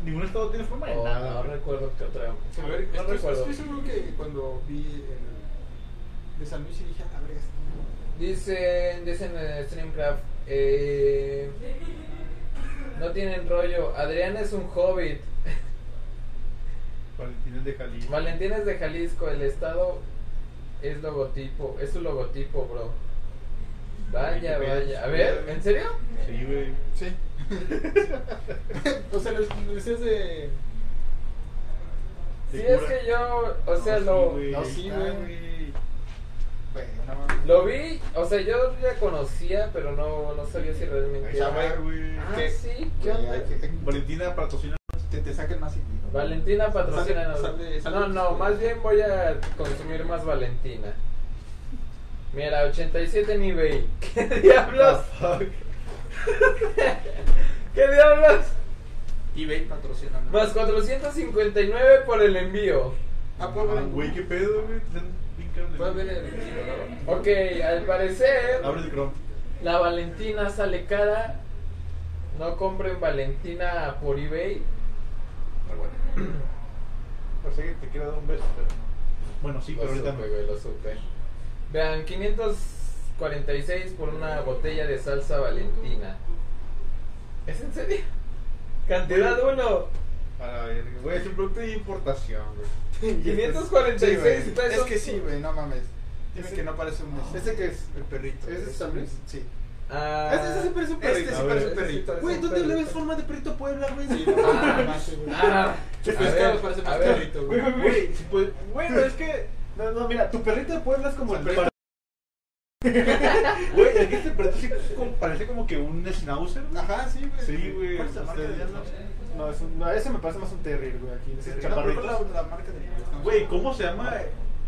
Speaker 4: ningún estado tiene forma de
Speaker 2: O
Speaker 4: nada.
Speaker 2: Oh, no
Speaker 4: güey.
Speaker 2: recuerdo qué otra...
Speaker 5: A ver,
Speaker 2: no
Speaker 5: estoy,
Speaker 2: recuerdo.
Speaker 5: estoy seguro que cuando vi el de San Luis y dije, "Ah, a ver, esto.
Speaker 2: Dicen, dicen en Streamcraft, eh, no tienen rollo. Adrián es un hobbit.
Speaker 4: Valentín es de Jalisco.
Speaker 2: Valentín es de Jalisco, el estado es logotipo, es su logotipo, bro. Vaya,
Speaker 4: Ay, qué
Speaker 2: vaya. A
Speaker 4: pedo.
Speaker 2: ver, ¿en serio?
Speaker 4: Sí, güey.
Speaker 5: Sí. o sea, lo, lo decías de.
Speaker 2: Sí,
Speaker 4: Te
Speaker 2: es
Speaker 4: cura.
Speaker 2: que yo, o sea,
Speaker 4: No,
Speaker 2: lo,
Speaker 4: sí, güey.
Speaker 5: no, sí,
Speaker 4: Ah,
Speaker 5: güey.
Speaker 4: güey.
Speaker 5: Bueno, no mames.
Speaker 2: lo vi, o sea, yo ya conocía, pero no, no sabía si realmente.
Speaker 5: Ahí está,
Speaker 2: era.
Speaker 5: güey.
Speaker 2: Ah,
Speaker 5: ¿Qué?
Speaker 2: sí, ¿qué
Speaker 5: Ya,
Speaker 2: onda?
Speaker 5: que-
Speaker 4: Valentina patrocina.
Speaker 5: Te, te saquen más seguido.
Speaker 2: Valentina patrocina.
Speaker 5: Sale- sale-
Speaker 2: No, no, más bien voy a consumir más Valentina. Mira, 87 mi eBay. ¿Qué diablos?
Speaker 4: Ah,
Speaker 2: ¿Qué diablos?
Speaker 5: eBay patrocina. ¿no?
Speaker 2: Más 459 por el envío.
Speaker 5: Ah,
Speaker 4: Ah,
Speaker 5: puedo ver.
Speaker 4: Güey, qué pedo, güey. Te dan bien carne.
Speaker 5: Puedo ver el chico, ¿no?
Speaker 2: Ok, al parecer
Speaker 4: Abre el Chrome.
Speaker 2: la Valentina sale cara. No compren Valentina por eBay.
Speaker 4: Pero bueno. Parece que te quiero dar un beso, pero no. Bueno, sí, pero
Speaker 2: lo
Speaker 4: ahorita
Speaker 2: supe, güey, lo supe. Vean, 546 por una botella de salsa Valentina. ¿Es en serio? Cantidad 1.
Speaker 4: no. A la verga, güey. Es un producto de importación, güey.
Speaker 2: 546
Speaker 5: Sí, güey.
Speaker 2: pesos.
Speaker 5: Es que sí, güey, no mames. Dime
Speaker 7: Ese-
Speaker 5: que no parece un mes.
Speaker 7: ¿Ese que es?
Speaker 5: El perrito.
Speaker 7: ¿Ese es San Luis?
Speaker 5: Sí.
Speaker 2: Ah,
Speaker 4: Ese sí parece un
Speaker 5: Este
Speaker 4: perrito.
Speaker 5: sí
Speaker 4: a
Speaker 5: parece
Speaker 4: ver.
Speaker 5: un perrito.
Speaker 7: Güey, ¿dónde
Speaker 2: perrito.
Speaker 7: le ves forma de perrito Puebla, güey?
Speaker 5: Sí, no mames, güey.
Speaker 2: ah,
Speaker 5: Sí,
Speaker 2: a
Speaker 5: pues,
Speaker 2: ver,
Speaker 5: claro, parece más
Speaker 2: a ver.
Speaker 5: perrito,
Speaker 7: Güey,
Speaker 5: güey.
Speaker 7: güey, güey. si puede- Bueno, es que. No, no, mira, tu perrito de Puebla es como el perrito.
Speaker 4: Güey, aquí este perrito sí como- parece como que un schnauzer, güey.
Speaker 5: Ajá, sí, güey.
Speaker 4: Sí, güey.
Speaker 5: ¿Cuál es la marca
Speaker 4: Ustedes
Speaker 5: de
Speaker 4: ya
Speaker 5: los
Speaker 4: no-
Speaker 7: No, es un- no, ese me parece más un terrier, güey, aquí. Ese
Speaker 5: No, pero ¿cuál
Speaker 7: chaparrito.
Speaker 5: es la, la marca de los-
Speaker 4: Güey, ¿cómo se llama?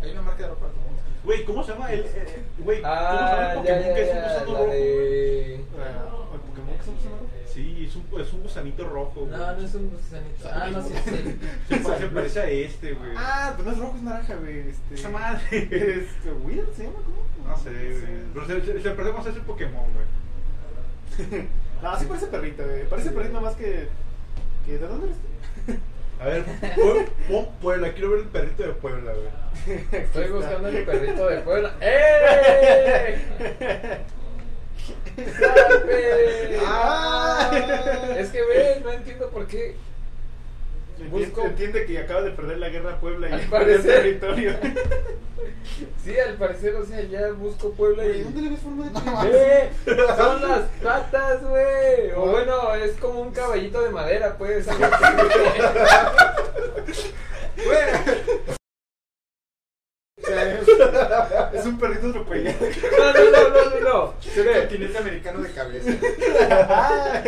Speaker 5: Hay una marca de ropa. ¿no?
Speaker 4: Güey, ¿cómo se llama el. eh, Güey, ¿cómo se llama
Speaker 2: Ah,
Speaker 4: el
Speaker 2: ya,
Speaker 4: Pokémon
Speaker 2: ya,
Speaker 4: que es un
Speaker 2: ya,
Speaker 4: gusano
Speaker 2: la
Speaker 4: rojo? güey?
Speaker 2: de...
Speaker 7: Ah, ¿el Pokémon que estamos hablando?
Speaker 4: Sí, es un, es un gusanito rojo, güey.
Speaker 2: No, no es un gusanito. Ah, no, sí, sí.
Speaker 4: Se parece, se parece a este, güey.
Speaker 7: Ah, pues no es rojo, es naranja, güey. Este...
Speaker 4: Esa madre.
Speaker 7: Este, ¿Weird se llama? ¿Cómo?
Speaker 4: No sé, güey. Pero se, se, se parece más a ese Pokémon, güey.
Speaker 7: No, sí parece perrito, güey. Parece perrito más que. que- ¿De dónde eres?
Speaker 4: A ver, pon, pon Puebla. Quiero ver el perrito de Puebla, güey.
Speaker 2: Estoy buscando el perrito de Puebla. ¡Eh! ¡Sape!
Speaker 7: Ah.
Speaker 2: Es que, ves, no entiendo por qué. Busco-
Speaker 7: Entiende, entiende que acaba de perder la guerra a Puebla
Speaker 2: Al
Speaker 7: y perdió el
Speaker 2: parecer.
Speaker 7: territorio.
Speaker 2: Sí, al parecer, o sea, ya busco Puebla
Speaker 7: Güey,
Speaker 2: y.
Speaker 7: ¿Dónde le ves forma de perrito?
Speaker 2: ¡Eh! Son las patas, güey. O bueno, es como un caballito de madera, pues. algo así, güey.
Speaker 7: O sea, es- Es un perrito atropellado.
Speaker 2: No, no, no, no, no, no.
Speaker 5: Continente americano de cabeza.
Speaker 2: Ah,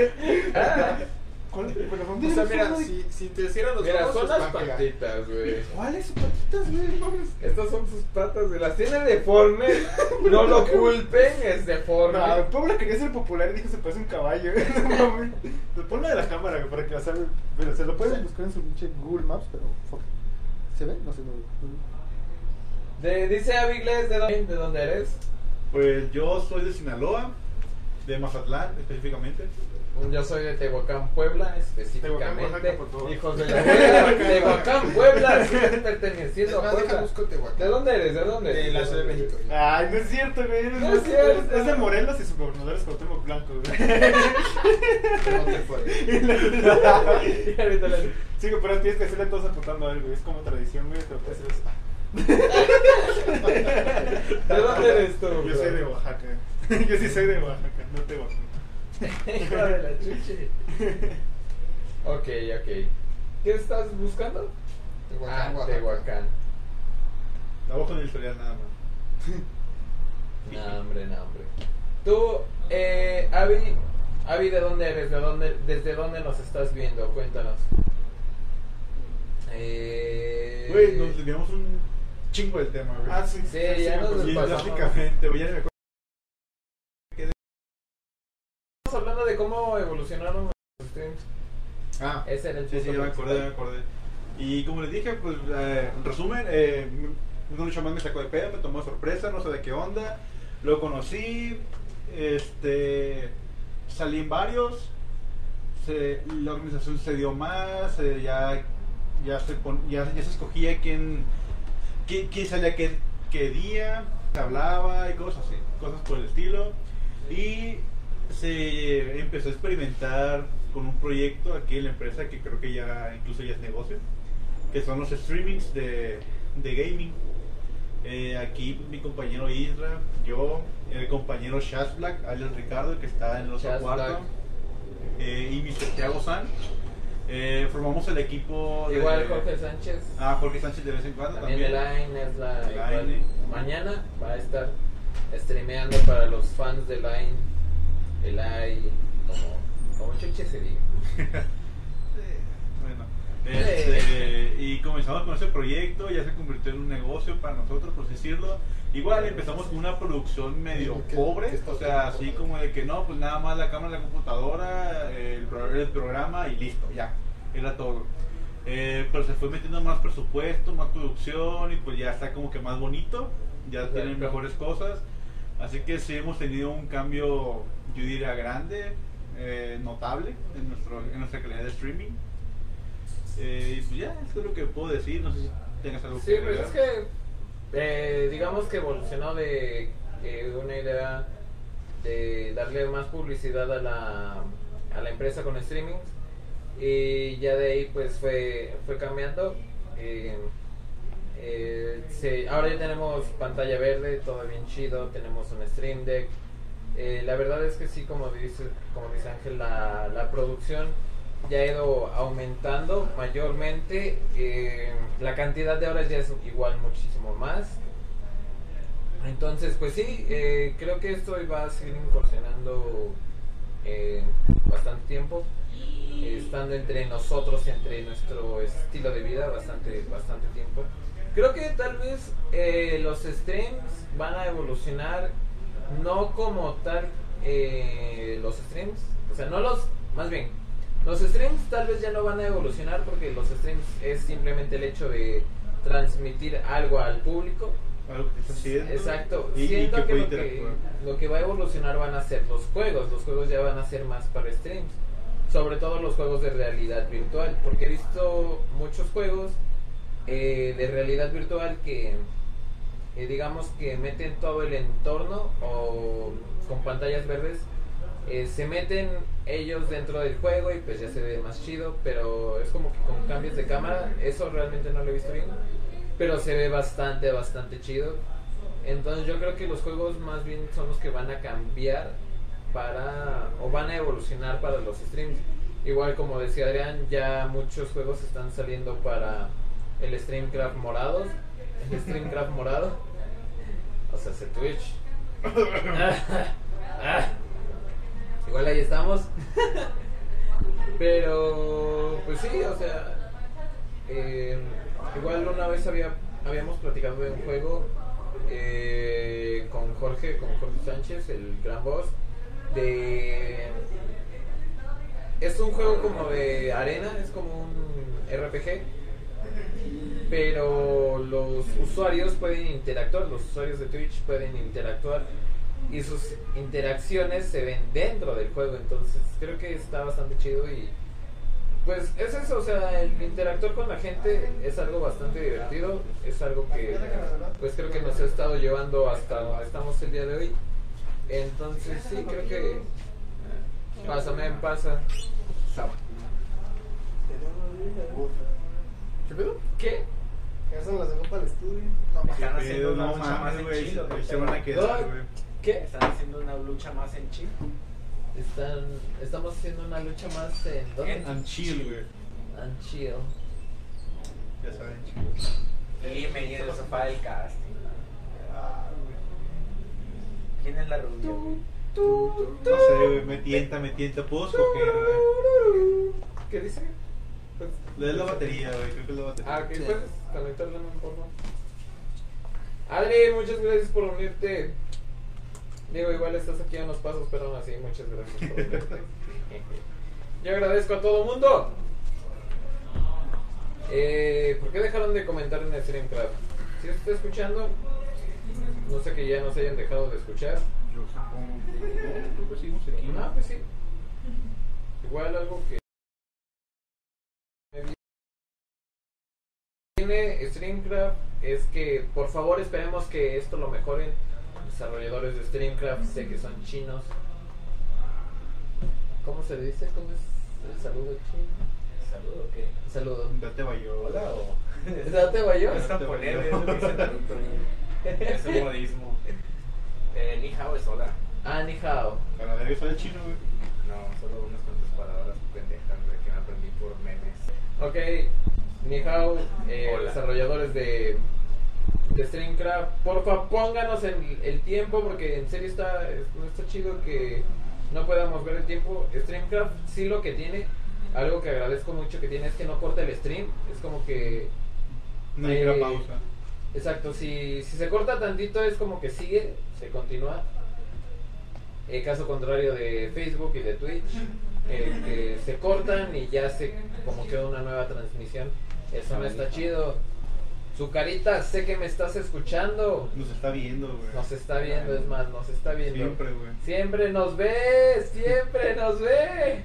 Speaker 7: ¿Cuál- pero dónde
Speaker 5: O
Speaker 7: le
Speaker 5: sea,
Speaker 7: ves
Speaker 5: mira,
Speaker 7: forma de-
Speaker 5: si, si te cierran los
Speaker 2: Mira,
Speaker 5: ojos,
Speaker 2: son
Speaker 5: pues,
Speaker 2: las
Speaker 5: van a pegar.
Speaker 2: patitas, güey.
Speaker 7: ¿Cuáles son patitas, güey? Mames.
Speaker 2: Estas son sus patas, güey. Las tiene deforme. No lo culpen, es deforme.
Speaker 7: No, Ah, Puebla quería ser popular y dijo se parece un caballo. güey. No mames. Ponla de la cámara, güey, para que la salgan. Pero se lo pueden buscar en su pinche Google Maps, pero fuck. ¿Se ve? No sé, no veo.
Speaker 2: De- dice Abigles, ¿de dónde, ¿de dónde eres?
Speaker 4: Pues yo soy de Sinaloa, de Mazatlán específicamente.
Speaker 2: Pues Yo soy de Tehuacán, Puebla, específicamente.
Speaker 7: Tehuacán, Oaxaca, por favor.
Speaker 2: Hijos de la verga, Tehuacán, Puebla, siguen
Speaker 5: Es
Speaker 2: perteneciendo a
Speaker 5: más, deja
Speaker 2: Puebla.
Speaker 5: busco Tehuacán.
Speaker 2: ¿De dónde eres? ¿De dónde?
Speaker 5: De la Ciudad de
Speaker 2: dónde
Speaker 5: México.
Speaker 2: eres?
Speaker 7: Ay, no es cierto, güey. eres
Speaker 2: No
Speaker 7: más-
Speaker 2: es cierto.
Speaker 7: Es de Morelos y su gobernador es Cuauhtémoc Blanco, güey.
Speaker 5: No te puedes.
Speaker 2: Y ahorita le-
Speaker 7: Sí, güey, pero tienes que hacerle todos apuntando a él, güey. Es como tradición, güey. Pero puedes hacer eso.
Speaker 2: ¿De dónde eres tú?
Speaker 7: Yo soy de Oaxaca. Yo sí soy de Oaxaca, no te Oaxaca.
Speaker 2: Hijo de la chuche. Ok, ok. ¿Qué estás buscando?
Speaker 5: Tehuacán,
Speaker 2: ah,
Speaker 5: Oaxaca.
Speaker 2: Tehuacán.
Speaker 4: Trabajo en el historial nada más.
Speaker 2: No, hombre, no, hombre. Tú, eh, Avi, Avi, ¿de dónde eres? ¿De dónde, ¿Desde dónde nos estás viendo? Cuéntanos. Eh,
Speaker 4: Güey, nos desviamos un chingo del tema, güey.
Speaker 7: Ah, sí.
Speaker 2: Sí, ya nos
Speaker 4: Bien
Speaker 2: pasamos.
Speaker 4: drásticamente, güey. Ya ni me acuerdo.
Speaker 2: Estamos hablando de cómo evolucionaron los streams.
Speaker 4: Ah,
Speaker 2: Ese era el
Speaker 4: Sí, sí,
Speaker 2: punto
Speaker 4: ya me acordé, ya me
Speaker 2: principal.
Speaker 4: acordé. Y como les dije, pues, eh, en resumen, eh, un mucho más me sacó de pedo, me tomó de sorpresa, no sé de qué onda. Lo conocí, este, salí en varios, se- la organización se dio más, eh, ya, ya, se pon- ya, ya se escogía quién, quién, quién salía qué, qué día, se hablaba y cosas así, cosas por el estilo. Y se empezó a experimentar con un proyecto aquí en la empresa que creo que ya incluso ya es negocio, que son los streamings de, de gaming. Eh, aquí mi compañero Isra, yo, el compañero Shaz Black, alias Ricardo, que está en el otro
Speaker 2: Shaz
Speaker 4: cuarto,
Speaker 2: Black.
Speaker 4: eh, y Mr. Thiago San. Eh, formamos el equipo de-
Speaker 2: Igual Jorge Sánchez.
Speaker 4: Ah, Jorge Sánchez de vez en cuando
Speaker 2: También
Speaker 4: también.
Speaker 2: el Line es la.
Speaker 4: El
Speaker 2: igual.
Speaker 4: Line.
Speaker 2: Mañana va a estar streameando para los fans de Line. El Line, como, como chuche se diga.
Speaker 4: Bueno, este, y comenzamos con ese proyecto, ya se convirtió en un negocio para nosotros, por así decirlo. Igual empezamos con una producción medio
Speaker 7: ¿Qué- qué
Speaker 4: pobre,
Speaker 7: está
Speaker 4: o sea,
Speaker 7: haciendo?
Speaker 4: así como de que no, pues nada más la cámara, la computadora, el, pro- el programa y listo, ya, era todo. Eh, pero se fue metiendo más presupuesto, más producción y pues ya está como que más bonito, ya
Speaker 2: Exacto.
Speaker 4: tienen mejores cosas. Así que sí hemos tenido un cambio, yo diría, grande, eh, notable en, nuestro, en nuestra calidad de streaming. Eh, y pues ya, eso es lo que puedo decir. No sé si tengas algo
Speaker 2: Sí,
Speaker 4: que
Speaker 2: pues es
Speaker 4: agregar.
Speaker 2: que eh, digamos que evolucionó de eh, una idea de darle más publicidad a la, a la empresa con streaming y ya de ahí pues fue, fue cambiando. eh, eh, sí, ahora ya tenemos pantalla verde, todo bien chido, tenemos un stream deck. Eh, la verdad es que sí, como dice, como dice Ángel, la, la producción ya ha ido aumentando mayormente. eh, la cantidad de horas ya es igual muchísimo más. Entonces, pues sí, eh, creo que esto va a seguir incursionando eh, bastante tiempo, eh, estando entre nosotros, entre nuestro estilo de vida, bastante, bastante tiempo. Creo que tal vez eh, los streams van a evolucionar no como tal eh, los streams, o sea, no los, más bien, los streams tal vez ya no van a evolucionar porque los streams es simplemente el hecho de transmitir algo al público.
Speaker 4: Algo que te está haciendo.
Speaker 2: Exacto.
Speaker 4: Y, y
Speaker 2: Siento
Speaker 4: que
Speaker 2: que,
Speaker 4: puede
Speaker 2: lo que
Speaker 4: interactuar.
Speaker 2: lo que va a evolucionar van a ser los juegos. Los juegos ya van a ser más para streams. Sobre todo los juegos de realidad virtual. Porque he visto muchos juegos eh, de realidad virtual que eh, digamos que meten todo el entorno o con pantallas verdes. eh, se meten ellos dentro del juego y pues ya se ve más chido, pero es como que con cambios de cámara, eso realmente no lo he visto bien, pero se ve bastante, bastante chido. Entonces yo creo que los juegos más bien son los que van a cambiar para o van a evolucionar para los streams. Igual como decía Adrián, ya muchos juegos están saliendo para el StreamCraft morado, el StreamCraft morado, o sea, se Twitch. Igual ahí estamos. Pero pues sí, o sea, eh, igual una vez había, habíamos platicado de un juego eh, con Jorge, con Jorge Sánchez, el gran boss, de... Es un juego como de arena, es como un RPG, pero los usuarios pueden interactuar, los usuarios de Twitch pueden interactuar y sus interacciones se ven dentro del juego, entonces creo que está bastante chido y... Pues es eso, o sea, el interactuar con la gente es algo bastante divertido, es algo que pues creo que nos ha estado llevando hasta donde estamos el día de hoy. Entonces sí, creo que pásame, pasa.
Speaker 7: ¿Qué pedo?
Speaker 2: ¿Qué?
Speaker 7: Ya se las dejó para el estudio.
Speaker 4: Qué
Speaker 8: Están haciendo
Speaker 4: pedo,
Speaker 8: una
Speaker 4: No
Speaker 8: lucha más
Speaker 4: mames,
Speaker 8: en
Speaker 4: güey.
Speaker 8: chilo,
Speaker 4: Se,
Speaker 8: ¿no?
Speaker 4: se van a quedar, güey.
Speaker 2: ¿Qué?
Speaker 8: Están haciendo una lucha más en Chile.
Speaker 2: Están, estamos haciendo una lucha más en ¿dónde?
Speaker 4: And chill, güey.
Speaker 2: And chill.
Speaker 4: Ya saben, chicos.
Speaker 8: Bienvenido al sofá del casting. ¿Quién es la rubia? güey?
Speaker 4: No sé, güey. Me tienta, me tienta. Puedo escoger, güey.
Speaker 2: ¿Qué dice? Pues-
Speaker 4: Le es la batería, güey. Creo que es la batería.
Speaker 2: Ah, que puedes conectarlo en un poco. Adri, muchas gracias por unirte. Digo, igual estás aquí a unos pasos, pero aún así, muchas gracias por unirte. Yo agradezco a todo mundo. Eh, ¿Por qué dejaron de comentar en el StreamCraft? Si usted está escuchando, no sé que ya nos hayan dejado de escuchar.
Speaker 4: Yo supongo que- no, creo que seguimos aquí.
Speaker 2: No, pues sí. Igual algo que. Tiene StreamCraft es que por favor esperemos que esto lo mejoren. Desarrolladores de StreamCraft, sé que son chinos. ¿Cómo se le dice? ¿Cómo es el saludo chino?
Speaker 8: ¿Saludo o qué?
Speaker 2: Saludo.
Speaker 4: Date, Bayo.
Speaker 8: ¿Hola o...?
Speaker 2: ¿Date, Bayo?
Speaker 8: Es japonés, güey, es lo que dice Naruto. güey.
Speaker 9: Es un modismo.
Speaker 8: Eh, ni hao es hola.
Speaker 2: Ah, ni hao.
Speaker 4: Pero debe ser chino, güey.
Speaker 9: No, solo unas cuantas palabras pendejas güey, que me aprendí por memes.
Speaker 2: Ok, ni hao, eh,
Speaker 9: Hola.
Speaker 2: desarrolladores de, de StreamCraft, porfa pónganos en el tiempo porque en serio está, es- no está chido que no podamos ver el tiempo. StreamCraft sí lo que tiene, algo que agradezco mucho que tiene es que no corta el stream, es como que...
Speaker 4: No hay una
Speaker 2: eh,
Speaker 4: pausa.
Speaker 2: Exacto, si, si se corta tantito es como que sigue, se continúa. El caso contrario de Facebook y de Twitch, el que se cortan y ya se como queda una nueva transmisión. Eso no está chido. Su carita, sé que me estás escuchando.
Speaker 4: Nos está viendo, güey.
Speaker 2: Nos está viendo, es más, nos está viendo.
Speaker 4: Siempre, güey.
Speaker 2: Siempre nos ve, siempre nos ve.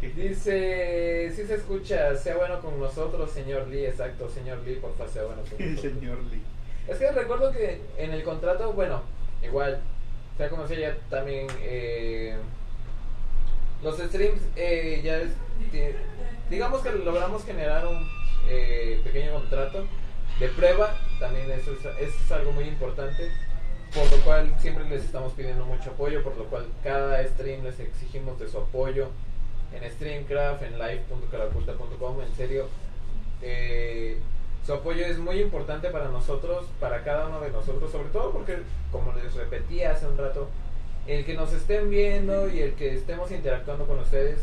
Speaker 4: Sí.
Speaker 2: Dice, si se escucha, sea bueno con nosotros, señor Lee, exacto, señor Lee, por favor, sea bueno con
Speaker 4: El
Speaker 2: nosotros.
Speaker 4: señor Lee.
Speaker 2: Es que recuerdo que en el contrato, bueno, igual, sea como sea, ya también eh, los streams eh, ya es- ti- digamos que logramos generar un eh, pequeño contrato de prueba, también eso es, eso es algo muy importante, por lo cual siempre les estamos pidiendo mucho apoyo, por lo cual cada stream les exigimos de su apoyo en StreamCraft, en live.caraculta.com, en serio. eh, su apoyo es muy importante para nosotros, para cada uno de nosotros, sobre todo porque, como les repetí hace un rato, el que nos estén viendo y el que estemos interactuando con ustedes,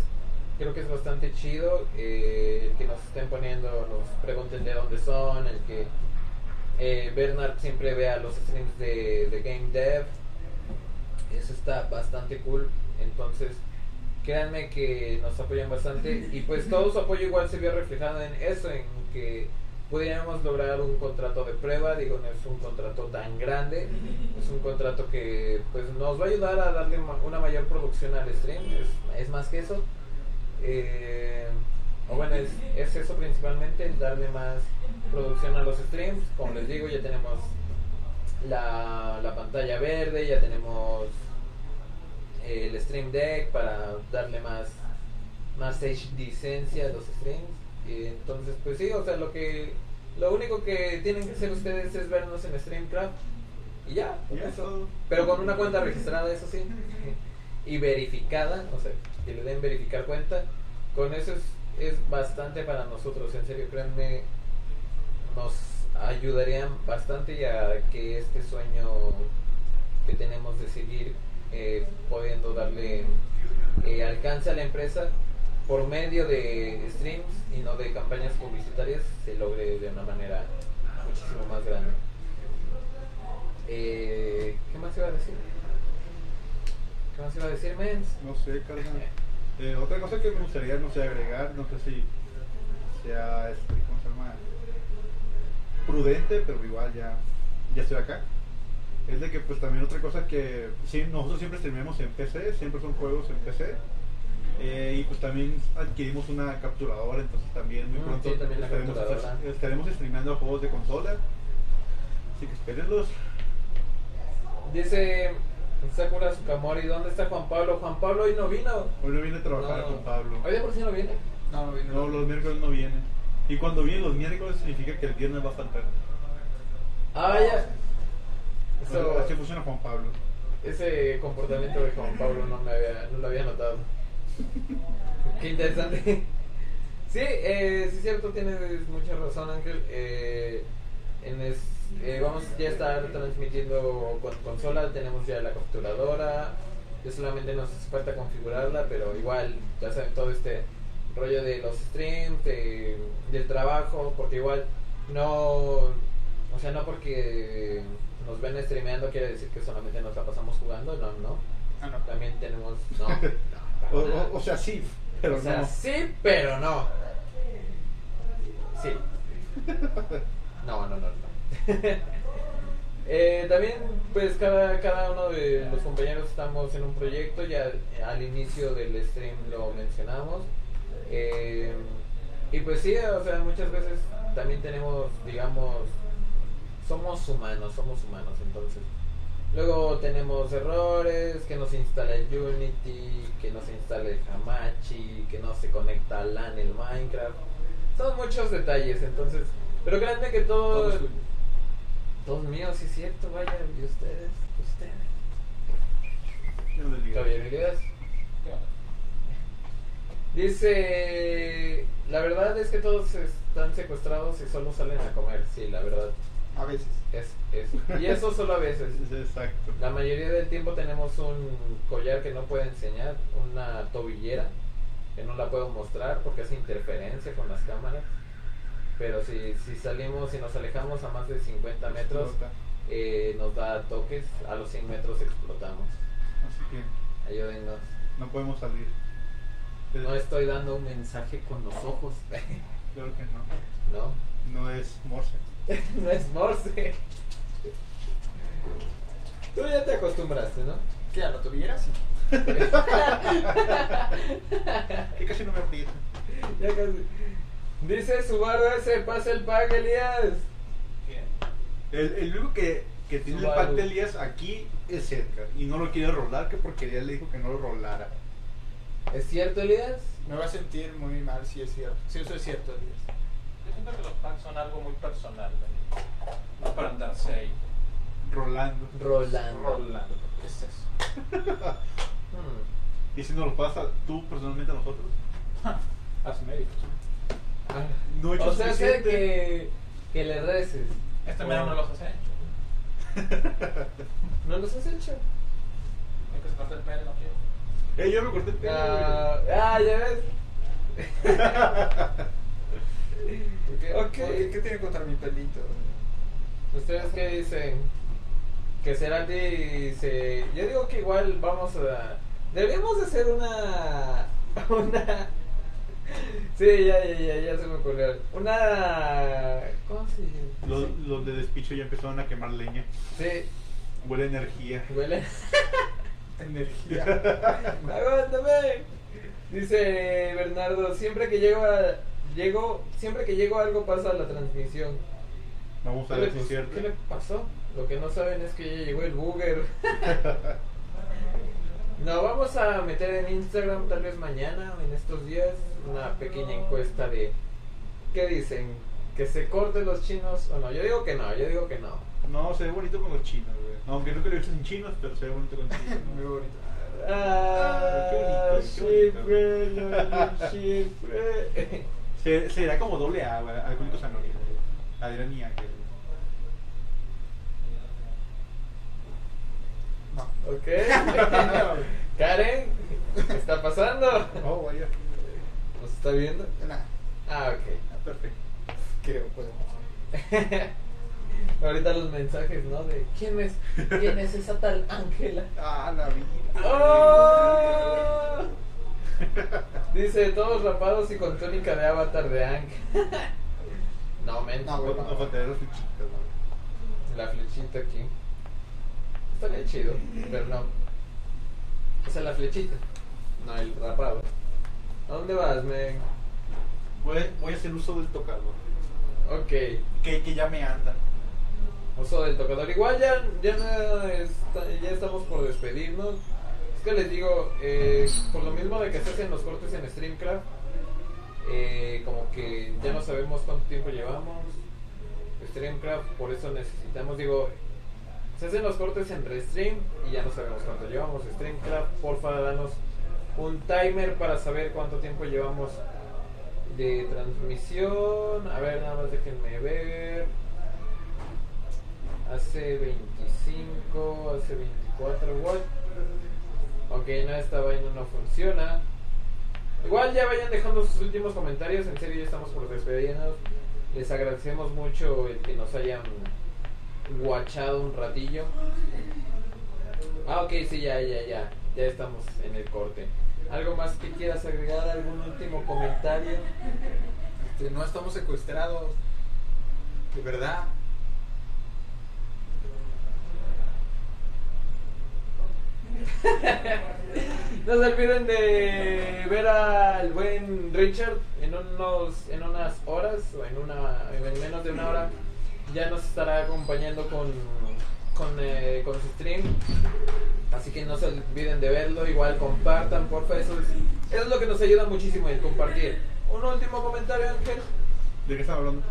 Speaker 2: creo que es bastante chido. eh, el que nos estén poniendo, nos pregunten de dónde son, el que eh, Bernard siempre vea los streams de, de Game Dev. Eso está bastante cool. Entonces, créanme que nos apoyan bastante. Y pues todo su apoyo igual se vio reflejado en eso, en que pudiéramos lograr un contrato de prueba. Digo, no es un contrato tan grande. Es un contrato que pues nos va a ayudar a darle ma- una mayor producción al stream. Es, es más que eso. Eh, o bueno, es, es eso principalmente, el darle más producción a los streams. Como les digo, ya tenemos la, la pantalla verde, ya tenemos el Stream Deck para darle más, más dicencia a los streams. Y entonces, pues sí, o sea, lo que lo único que tienen que hacer ustedes es vernos en StreamCraft y ya, con
Speaker 4: Ya
Speaker 2: eso.
Speaker 4: todo.
Speaker 2: Pero con una cuenta registrada, eso sí. Y verificada, o sea, que le den verificar cuenta. Con eso es, es bastante para nosotros, en serio, créanme, nos ayudarían bastante y a que este sueño que tenemos de seguir eh, pudiendo darle eh, alcance a la empresa por medio de streams y no de campañas publicitarias se logre de una manera muchísimo más grande. Eh, ¿Qué más iba a decir? ¿Qué más iba a decir, Mens?
Speaker 4: No sé, carnal. Eh, otra cosa que me gustaría, no sé, agregar, no sé si sea, este, ¿cómo se llama? Prudente, pero igual ya, ya estoy acá. Es de que, pues también otra cosa que sí, nosotros siempre streameamos en PC, siempre son juegos en PC. Eh, y pues también adquirimos una capturadora, entonces también muy
Speaker 2: Mm,
Speaker 4: pronto
Speaker 2: sí, también la
Speaker 4: estaremos,
Speaker 2: capturadora.
Speaker 4: estaremos streameando juegos de consola. Así que espérenlos.
Speaker 2: Dice Sakura Sukamori, ¿dónde está Juan Pablo? Juan Pablo hoy no vino.
Speaker 4: Hoy no viene a trabajar
Speaker 2: No.
Speaker 4: con Pablo.
Speaker 2: Hoy de por sí no viene.
Speaker 5: No, no viene.
Speaker 4: No, los miércoles no viene. Y cuando viene los miércoles significa que el viernes va a faltar.
Speaker 2: Ah, ya. Eso-
Speaker 4: Así funciona Juan Pablo.
Speaker 2: ese comportamiento de Juan Pablo no, me había, no lo había notado. Qué interesante. Sí, eh, sí es cierto, tienes mucha razón Ángel. Eh, en es- eh, vamos ya a estar transmitiendo con consola, tenemos ya la capturadora, ya solamente nos hace falta configurarla, pero igual, ya saben, todo este rollo de los streams, de- del trabajo, porque igual no, o sea, no porque nos ven streameando quiere decir que solamente nos la pasamos jugando, no, no.
Speaker 5: Ah, no.
Speaker 2: También tenemos, no. no, para
Speaker 4: O,
Speaker 2: nada.
Speaker 4: o- o sea, sí, pero
Speaker 2: O sea,
Speaker 4: no.
Speaker 2: sí, pero no. Sí. No, no, no, no. Eh, también, pues cada, cada uno de los compañeros estamos en un proyecto, ya al inicio del stream lo mencionamos. Eh, y pues sí, o sea, muchas veces también tenemos, digamos, somos humanos, somos humanos, entonces. Luego tenemos errores, que no se instala el Unity, que no se instala el Hamachi, que no se conecta al LAN el Minecraft. Son muchos detalles, entonces. Pero créanme que todo,
Speaker 5: Todo es suyo.
Speaker 2: Dos míos, sí es cierto, vaya. Y ustedes, ustedes.
Speaker 4: No le digas.
Speaker 2: Caballerías. Dice, la verdad es que todos están secuestrados y solo salen a comer. Sí, la verdad.
Speaker 5: A veces.
Speaker 2: Es, es. Y eso solo a veces.
Speaker 4: Es- es Exacto.
Speaker 2: La mayoría del tiempo tenemos un collar que no puedo enseñar, una tobillera que no la puedo mostrar porque hace interferencia con las cámaras. Pero si, si salimos y nos alejamos a más de 50 metros,
Speaker 4: Explota.
Speaker 2: eh, nos da toques, a los 100 metros explotamos.
Speaker 4: Así que
Speaker 2: Ayúdennos.
Speaker 4: no podemos salir. Es-
Speaker 2: No estoy dando un mensaje con los ojos.
Speaker 4: Claro que no.
Speaker 2: no,
Speaker 4: No es Morse.
Speaker 2: no es Morse. Tú ya te acostumbraste, ¿no?
Speaker 5: ¿Qué? ¿A la tobillera? Sí.
Speaker 4: Que casi no me aprieta.
Speaker 2: Ya casi. Dice Subaru ese, pasa el pack, Elías.
Speaker 4: El, el único que, que tiene el
Speaker 2: Subaru.
Speaker 4: pack de Elías aquí es Edgar. Y no lo quiere rolar, que porque Elías le dijo que no lo rolara.
Speaker 2: ¿Es cierto, Elías?
Speaker 5: Me voy a sentir muy mal si es cierto. Si eso es cierto, Elías.
Speaker 10: Yo siento que los packs son algo muy personal, ¿vale? No para andarse ahí
Speaker 4: Rolando.
Speaker 2: Rolando.
Speaker 10: rolando. ¿Qué es eso?
Speaker 2: Hmm.
Speaker 4: Y si nos lo pasa tú personalmente a nosotros.
Speaker 10: Hazme méritos.
Speaker 2: Ah.
Speaker 4: No he hecho
Speaker 2: o sea, sé
Speaker 4: suficiente.
Speaker 2: que, que le reces.
Speaker 10: Este mero no los has
Speaker 5: ¿eh?
Speaker 10: hecho.
Speaker 2: ¿No los has hecho?
Speaker 10: Hay que sacarte el pelo, no quiero.
Speaker 4: Eh, yo me corté el pelo.
Speaker 2: Ah, ah, ya ves.
Speaker 5: ¿Por qué,
Speaker 2: Ok.
Speaker 5: por qué- ¿Qué tiene contra mi pelito?
Speaker 2: ¿Ustedes qué dicen? Que será que se... Yo digo que igual vamos a... Deberíamos de hacer una... Una... Sí, ya, ya, ya, ya se me ocurrió. Una... ¿Cómo se dice?
Speaker 4: Los, los de despicho ya empezaron a quemar leña.
Speaker 2: Sí,
Speaker 4: Huele a energía.
Speaker 2: huele.
Speaker 5: Energía.
Speaker 2: Aguántame. Dice Bernardo, siempre que llego a... Llego, siempre que llego algo pasa a la transmisión.
Speaker 4: Vamos a
Speaker 2: ¿Qué le,
Speaker 4: ver si es cierto.
Speaker 2: ¿Qué le pasó? Lo que no saben es que ya llegó el booger. no, vamos a meter en Instagram tal vez mañana o en estos días una pequeña encuesta de ¿qué dicen? ¿Que se corten los chinos o no? Yo digo que no, yo digo que no.
Speaker 4: No, se ve bonito con los chinos, güey. Aunque nunca lo he hecho sin chinos, pero se ve bonito con chinos.
Speaker 5: Muy bonito.
Speaker 2: Ah,
Speaker 4: Ah, qué bonito, qué bonito.
Speaker 2: Chifre, chifre.
Speaker 4: Se- Será como doble A, güey. Alcohólicos Anónimos. Adrián y Ángel.
Speaker 5: No.
Speaker 2: Ok. Karen, ¿qué está pasando?
Speaker 4: Oh, vaya.
Speaker 2: ¿Nos está viendo?
Speaker 5: Nada.
Speaker 2: Ah, ok.
Speaker 4: Ah, perfecto.
Speaker 5: Creo, pues. podemos.
Speaker 2: Ahorita los mensajes, ¿no? De quién es, quién es esa tal Ángela.
Speaker 5: Ah, la vida.
Speaker 2: ¡Oh! Dice, todos rapados y con túnica de avatar de Ángel. no, men.
Speaker 5: No, güey,
Speaker 4: Vamos a tener los fichitas, güey.
Speaker 2: La flechita aquí. Estaría chido, pero no. O sea, la flechita. No, el rapado. ¿A dónde vas, men?
Speaker 4: Voy, voy a hacer uso del tocador.
Speaker 2: Ok.
Speaker 4: Que, que ya me anda.
Speaker 2: Uso del tocador. Igual ya, ya, no está- ya estamos por despedirnos. Es que les digo, eh, por lo mismo de que se hacen los cortes en StreamCraft, eh, como que ya no sabemos cuánto tiempo llevamos. StreamCraft, por eso necesitamos, digo, se hacen los cortes entre stream y ya no sabemos cuánto llevamos. StreamCraft, porfa, danos un timer para saber cuánto tiempo llevamos de transmisión. A ver, nada más déjenme ver. Hace 25, hace 24 watt. Ok, no, esta vaina no funciona. Igual ya vayan dejando sus últimos comentarios. En serio, ya estamos por despedirnos. Les agradecemos mucho el que nos hayan guachado un ratillo. Ah, ok, sí, ya, ya, ya. Ya estamos en el corte. ¿Algo más que quieras agregar? ¿Algún último comentario?
Speaker 5: Este, no estamos secuestrados. De verdad.
Speaker 2: No se olviden de ver al buen Richard en unos en unas horas o en una en menos de una hora ya nos estará acompañando con con, eh, con su stream así que no se olviden de verlo igual compartan porfa eso es, eso es lo que nos ayuda muchísimo el compartir un último comentario Ángel
Speaker 4: ¿De qué están hablando?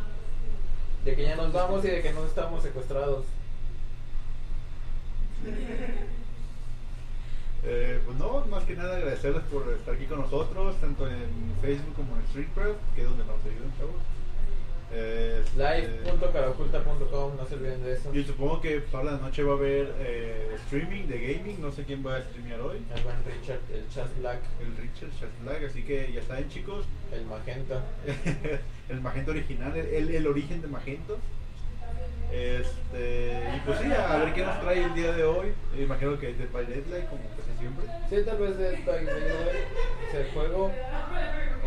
Speaker 2: de que ya nos vamos y de que no estamos secuestrados.
Speaker 4: Eh, pues no, más que nada agradecerles por estar aquí con nosotros, tanto en Facebook como en StreetCraft, que es donde nos ayudan, chavos. Eh,
Speaker 2: Live.caraculta.com, no se olviden de eso.
Speaker 4: eh, y supongo que para la noche va a haber eh, streaming de gaming, no sé quién va a streamear hoy,
Speaker 2: El buen Richard, el Chas Black,
Speaker 4: el Richard Shazlag, así que ya saben chicos,
Speaker 2: el Magenta.
Speaker 4: el Magento original, el, el origen de Magento. Este, y pues sí, a ver qué nos trae el día de hoy. Me imagino que es de by Deadline, como casi siempre.
Speaker 2: Sí, tal vez de Spike es el juego.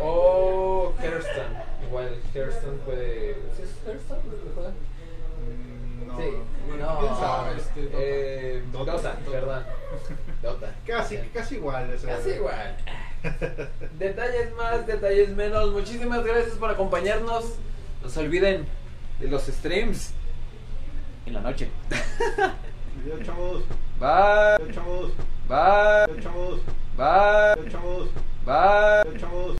Speaker 2: O Hearthstone. Igual Hearthstone puede. ¿Sí ¿Es Hearthstone lo que juega?
Speaker 4: Mm, No,
Speaker 2: sí.
Speaker 4: bueno,
Speaker 2: no,
Speaker 4: quién sabe, este, Dota.
Speaker 2: eh,
Speaker 4: Dota.
Speaker 2: Dota, perdón. Dota.
Speaker 4: Casi,
Speaker 2: Sí.
Speaker 4: casi igual. o sea.
Speaker 2: Casi igual. Detalles más, detalles menos. Muchísimas gracias por acompañarnos. No se olviden de los streams en la noche.
Speaker 4: Yo, chavos,
Speaker 2: Bye.
Speaker 4: yo, chavos,
Speaker 2: Bye.
Speaker 4: yo, chavos,
Speaker 2: Bye.
Speaker 4: yo, chavos,
Speaker 2: Bye.
Speaker 4: yo, chavos.